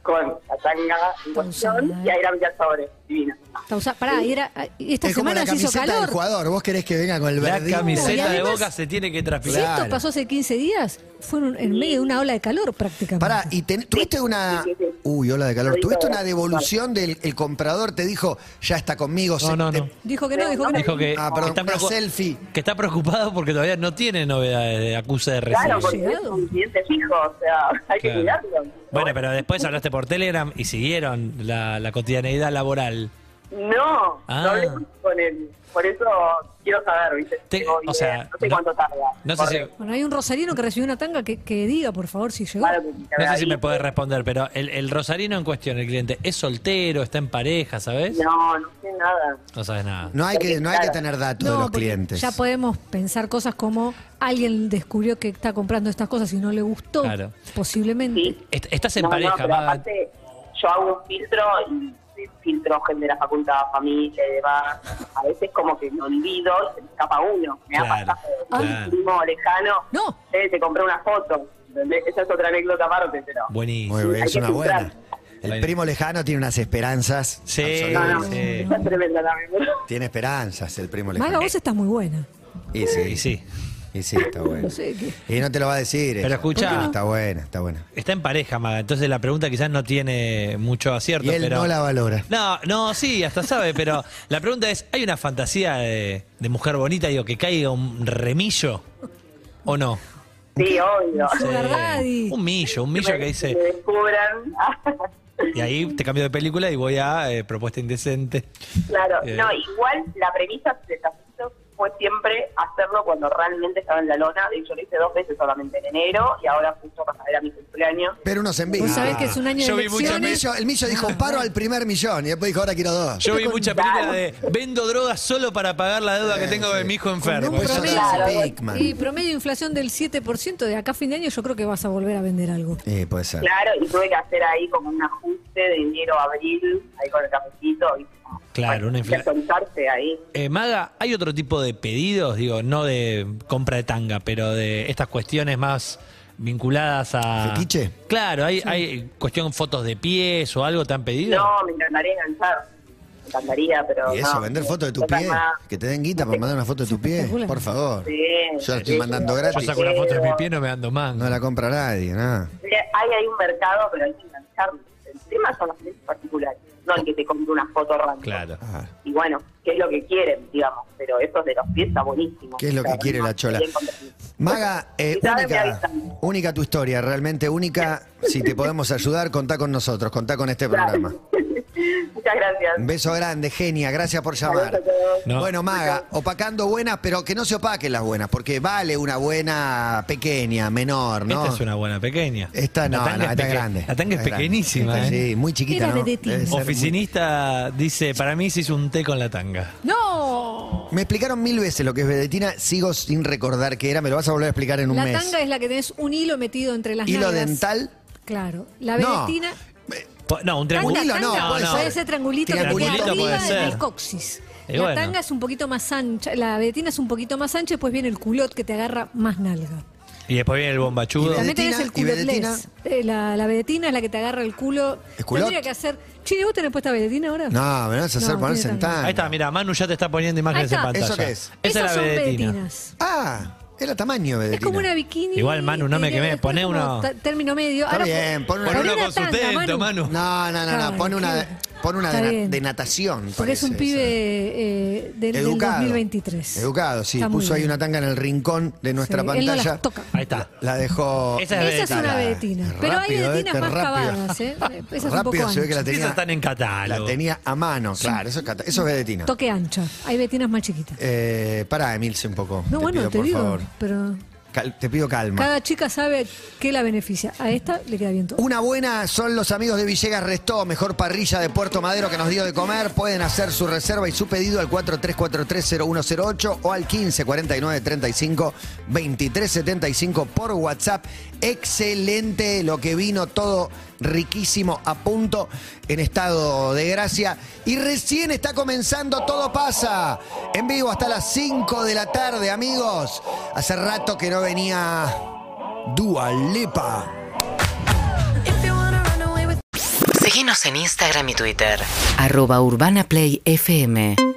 Speaker 8: con la tanga en cuestión
Speaker 4: usada,
Speaker 8: y
Speaker 4: ¿eh?
Speaker 8: ahí era mirar sobre, divina.
Speaker 4: Está usada. Pará, y era, esta
Speaker 3: es como
Speaker 4: semana
Speaker 3: la
Speaker 4: se hizo
Speaker 3: camiseta del
Speaker 4: calor.
Speaker 3: jugador. Vos querés que venga con el
Speaker 5: La
Speaker 3: verdín.
Speaker 4: Y
Speaker 5: camiseta de
Speaker 4: además-
Speaker 5: boca se tiene que
Speaker 4: Si
Speaker 5: transpirar.
Speaker 3: Claro.
Speaker 4: esto pasó hace 15 días, fue en- en medio de una ola de calor prácticamente.
Speaker 3: Pará, y ten- tuviste una.
Speaker 8: sí, sí.
Speaker 3: Uy, ola de calor.
Speaker 8: Ahorita
Speaker 3: ¿Tuviste
Speaker 8: voy.
Speaker 3: una devolución del el comprador? Te dijo, ya está conmigo.
Speaker 5: No,
Speaker 3: se-
Speaker 5: no,
Speaker 3: te-
Speaker 5: no.
Speaker 4: Dijo que no, dijo que no.
Speaker 5: Dijo que,
Speaker 3: Ah, perdón,
Speaker 5: está
Speaker 3: una
Speaker 5: preocu-
Speaker 3: selfie.
Speaker 5: que está preocupado porque todavía no tiene novedades de acusa de
Speaker 8: Claro,
Speaker 5: recibo.
Speaker 8: porque es
Speaker 4: llegado.
Speaker 8: un cliente fijo, o sea, hay que
Speaker 5: Claro.
Speaker 8: cuidarlo.
Speaker 5: Bueno, pero después hablaste por Telegram y siguieron la, la cotidianeidad laboral.
Speaker 8: No,
Speaker 5: Ah.
Speaker 8: no hablé con él. Por eso quiero saber, ¿viste?
Speaker 5: Te-
Speaker 8: Tengo
Speaker 5: o sea,
Speaker 8: idea. no sé
Speaker 5: no-
Speaker 8: cuánto tarda.
Speaker 5: No sé si,
Speaker 8: Corre.
Speaker 4: Bueno, hay un rosarino que recibió una tanga que, que diga, por favor, si llegó.
Speaker 8: Claro que sí,
Speaker 5: no sé si
Speaker 8: ahí-
Speaker 5: me puedes responder, pero el, el rosarino en cuestión, el cliente, ¿es soltero? ¿Está en pareja? ¿Sabes?
Speaker 8: No, no sé nada.
Speaker 5: No sabes nada.
Speaker 3: No hay que, no hay que
Speaker 8: Claro.
Speaker 3: tener datos
Speaker 4: No,
Speaker 3: de los
Speaker 4: porque
Speaker 3: clientes.
Speaker 4: Ya podemos pensar cosas como alguien descubrió que está comprando estas cosas y no le gustó,
Speaker 5: Claro.
Speaker 4: posiblemente.
Speaker 8: Sí.
Speaker 5: Est- Estás en
Speaker 8: no,
Speaker 5: pareja,
Speaker 8: no, pero
Speaker 5: Maga.
Speaker 8: aparte yo hago un filtro y y filtro gente de la facultad, familia y demás. A veces como que me olvido y se me escapa uno. Me
Speaker 5: Claro,
Speaker 8: ha pasado con
Speaker 5: claro.
Speaker 8: un primo lejano.
Speaker 4: No.
Speaker 8: Eh, te compré una foto. ¿entendés? Esa es otra anécdota aparte, pero...
Speaker 5: Buenísimo.
Speaker 3: Muy bien,
Speaker 8: hay
Speaker 3: es
Speaker 8: que
Speaker 3: una buena.
Speaker 8: filtrar.
Speaker 3: El primo lejano tiene unas esperanzas.
Speaker 5: Sí,
Speaker 3: absolutas.
Speaker 8: No, no,
Speaker 5: Sí.
Speaker 8: esa es tremenda también.
Speaker 3: Tiene esperanzas el primo
Speaker 4: Maga,
Speaker 3: lejano.
Speaker 4: vos estás muy buena.
Speaker 3: Y sí,
Speaker 5: Y sí.
Speaker 3: y sí, está bueno.
Speaker 4: No sé qué.
Speaker 3: Y no te lo va a decir.
Speaker 5: Pero
Speaker 3: ella.
Speaker 5: escuchá.
Speaker 3: Ah, Está buena, está buena.
Speaker 5: Está en pareja, Maga. Entonces la pregunta quizás no tiene mucho acierto.
Speaker 3: Y él
Speaker 5: pero...
Speaker 3: no la valora.
Speaker 5: No, no, sí, hasta sabe, pero la pregunta es, ¿hay una fantasía de, de mujer bonita, digo, que caiga un remillo o no? Eh,
Speaker 8: Sí, obvio.
Speaker 4: Sugar daddy.
Speaker 5: un millo, un millo que
Speaker 8: Me
Speaker 5: dice,
Speaker 8: descubran.
Speaker 5: y ahí te cambio de película y voy a eh, Propuesta Indecente.
Speaker 8: claro,
Speaker 5: Eh.
Speaker 8: no, igual la premisa de Tacito fue siempre hacerlo cuando realmente estaba en la lona. De hecho, lo hice dos veces solamente en enero y ahora justo para ver a mi cumpleaños.
Speaker 3: Pero uno se envidia.
Speaker 4: Vos sabés que es un año
Speaker 5: Yo
Speaker 4: de
Speaker 5: vi muchas
Speaker 3: El
Speaker 4: elecciones.
Speaker 3: millo, el millo dijo, paro al primer millón. Y después dijo, ahora quiero dos.
Speaker 5: Yo vi mucha película de vendo drogas solo para pagar la deuda que
Speaker 3: Eh,
Speaker 5: tengo de
Speaker 3: sí.
Speaker 5: mi hijo
Speaker 3: Con un
Speaker 5: enfermo. Eso-
Speaker 3: promedio-
Speaker 8: Claro,
Speaker 3: Pickman.
Speaker 4: Y promedio de inflación del 7% de acá a fin de año, yo creo que vas a volver a vender algo.
Speaker 3: Eh, puede ser.
Speaker 8: Claro, y tuve que hacer ahí como un ajuste de enero a abril, ahí con el cafecito. Y,
Speaker 5: Claro, una
Speaker 8: hay que
Speaker 5: infla-
Speaker 8: actualizarse ahí.
Speaker 5: Eh, Maga, ¿hay otro tipo de pedidos? Digo, no de compra de tanga, pero de estas cuestiones más vinculadas a...
Speaker 3: ¿Fetiche?
Speaker 5: Claro, hay, hay cuestión fotos de pies o algo, ¿te han pedido?
Speaker 8: No, me encantaría enganchar. Me encantaría, pero.
Speaker 3: Y eso,
Speaker 8: no,
Speaker 3: vender
Speaker 8: me-
Speaker 3: fotos de tu
Speaker 8: me
Speaker 3: pie.
Speaker 8: calma.
Speaker 3: Que te den guita para mandar una foto de tu pie.
Speaker 4: Espectacular.
Speaker 3: Por favor.
Speaker 8: Sí,
Speaker 3: Yo la estoy
Speaker 8: sí,
Speaker 3: mandando
Speaker 8: sí,
Speaker 5: Yo
Speaker 3: gratis.
Speaker 5: saco una foto de mi
Speaker 8: pero-
Speaker 5: pie no me ando más.
Speaker 3: No la compra nadie, nada.
Speaker 8: Hay, hay un mercado, pero hay que engancharlo. El tema son los precios particulares, no el que te compre una foto random.
Speaker 5: Claro.
Speaker 3: Ah,
Speaker 8: Y bueno, ¿qué es lo que quieren, digamos? Pero eso de los pies está buenísimo.
Speaker 3: ¿Qué es lo que quiere la chola? Maga, eh,
Speaker 8: Si saben, me
Speaker 3: única,
Speaker 8: avisan.
Speaker 3: única tu historia, realmente única. Si te podemos ayudar, contá con nosotros, contá con este
Speaker 8: Claro.
Speaker 3: programa.
Speaker 8: Muchas gracias.
Speaker 3: Un beso grande, genia, gracias por
Speaker 8: Saludos
Speaker 3: llamar.
Speaker 8: a todos.
Speaker 5: No.
Speaker 3: Bueno, Maga, opacando buenas, pero que no se opaquen las buenas, porque vale una buena pequeña, menor, ¿no?
Speaker 5: Esta es una buena pequeña.
Speaker 3: Esta no,
Speaker 5: La tanga
Speaker 3: no,
Speaker 5: es
Speaker 3: esta
Speaker 5: peque-
Speaker 3: es grande.
Speaker 5: La tanga es
Speaker 3: Esta grande.
Speaker 5: pequeñísima,
Speaker 3: Esta
Speaker 5: ¿eh?
Speaker 3: Sí, muy chiquita,
Speaker 4: Era
Speaker 3: ¿no?
Speaker 4: vedetina.
Speaker 3: Debe ser muy-
Speaker 5: Oficinista dice, para mí se hizo un té con la tanga.
Speaker 4: ¡No!
Speaker 3: Me explicaron mil veces lo que es vedetina, sigo sin recordar qué era, me lo vas a volver a explicar en un
Speaker 4: La
Speaker 3: mes.
Speaker 4: tanga es la que tenés un hilo metido entre las
Speaker 3: Hilo
Speaker 4: nalgas.
Speaker 3: dental.
Speaker 4: Claro. La
Speaker 3: No.
Speaker 4: vedetina.
Speaker 5: Po- No, un
Speaker 4: Tanga,
Speaker 3: Un
Speaker 5: triangulito.
Speaker 3: hilo no,
Speaker 4: tanga.
Speaker 3: puede ser.
Speaker 4: triangulito que queda
Speaker 5: Triangulito
Speaker 4: arriba
Speaker 5: puede
Speaker 4: del
Speaker 5: ser.
Speaker 4: coxis.
Speaker 5: Y
Speaker 4: la
Speaker 5: bueno.
Speaker 4: tanga es un poquito más ancha, la vedetina es un poquito más ancha, después viene el culot que te agarra más nalga.
Speaker 5: Y después viene el bombachudo.
Speaker 3: Y
Speaker 4: También tenés el
Speaker 3: Vedetina y
Speaker 4: culotless. Eh, la, la vedetina es la que te agarra el culo.
Speaker 3: ¿Es culot?
Speaker 4: Tendría que hacer. Chile, ¿vos tenés puesta vedetina ahora?
Speaker 3: No, me lo vas a hacer
Speaker 4: No,
Speaker 3: ponerse
Speaker 4: tiene
Speaker 3: en
Speaker 4: tanga.
Speaker 3: tanga.
Speaker 5: Ahí está, mira, Manu ya te está poniendo
Speaker 4: Ahí
Speaker 5: imágenes en
Speaker 4: está.
Speaker 5: pantalla.
Speaker 3: ¿Eso qué es?
Speaker 5: Esa es
Speaker 4: Esas
Speaker 5: la
Speaker 4: son
Speaker 5: vedetina.
Speaker 4: vedetinas.
Speaker 3: Ah, era tamaño vedetina.
Speaker 4: Es como una bikini.
Speaker 5: Igual, Manu, no me
Speaker 4: tiene-
Speaker 5: quemé,
Speaker 4: es
Speaker 5: poné
Speaker 4: como
Speaker 5: uno-
Speaker 4: t- Término medio.
Speaker 3: Está bien, pon una-
Speaker 5: Por
Speaker 3: Poné
Speaker 5: uno con
Speaker 4: tanga,
Speaker 5: sustento, Manu.
Speaker 3: No, no, no,
Speaker 4: Claro,
Speaker 3: no. Pon una, de-
Speaker 4: claro.
Speaker 3: pon una
Speaker 4: Está
Speaker 3: de, na-
Speaker 4: bien.
Speaker 3: de natación.
Speaker 4: Porque es un
Speaker 3: parece,
Speaker 4: pibe
Speaker 3: esa.
Speaker 4: eh, del, del
Speaker 3: educado.
Speaker 4: 2023.
Speaker 3: Educado, sí.
Speaker 4: Está muy
Speaker 3: Puso ahí
Speaker 4: bien.
Speaker 3: una tanga en el rincón de nuestra
Speaker 4: Sí, él no
Speaker 3: pantalla.
Speaker 4: las toca.
Speaker 5: Ahí está.
Speaker 3: La dejó.
Speaker 5: Esa es
Speaker 4: Esa es una
Speaker 3: vedetina.
Speaker 4: vedetina. Pero hay
Speaker 3: Rápido,
Speaker 4: vedetinas
Speaker 3: este,
Speaker 4: más
Speaker 3: rápido.
Speaker 4: cavadas, ¿eh? Esa es un poco
Speaker 3: Rápido se ve que
Speaker 4: ancha.
Speaker 3: la
Speaker 5: Esas
Speaker 3: tenía,
Speaker 5: están en
Speaker 3: la
Speaker 5: catálogo.
Speaker 3: tenía a mano, claro. Eso es, cata- eso es vedetina.
Speaker 4: Toque ancha. Hay vetinas más chiquitas.
Speaker 3: Eh, pará, Emilce, un poco.
Speaker 4: No,
Speaker 3: te
Speaker 4: bueno,
Speaker 3: pido,
Speaker 4: te
Speaker 3: por
Speaker 4: digo.
Speaker 3: favor.
Speaker 4: Pero
Speaker 3: Cal- te pido calma.
Speaker 4: cada chica sabe qué la beneficia. A esta le queda bien todo.
Speaker 3: Una buena son los amigos de Villegas Restó, mejor parrilla de Puerto Madero que nos dio de comer. Pueden hacer su reserva y su pedido al 43430108 o al 1549352375 por WhatsApp. Excelente lo que vino, todo riquísimo, a punto, en estado de gracia. Y recién está comenzando Todo Pasa, en vivo hasta las 5 de la tarde, amigos. Hace rato que no venía Dua Lipa.
Speaker 9: Seguinos en Instagram y Twitter. Arroba Urbana Play FM.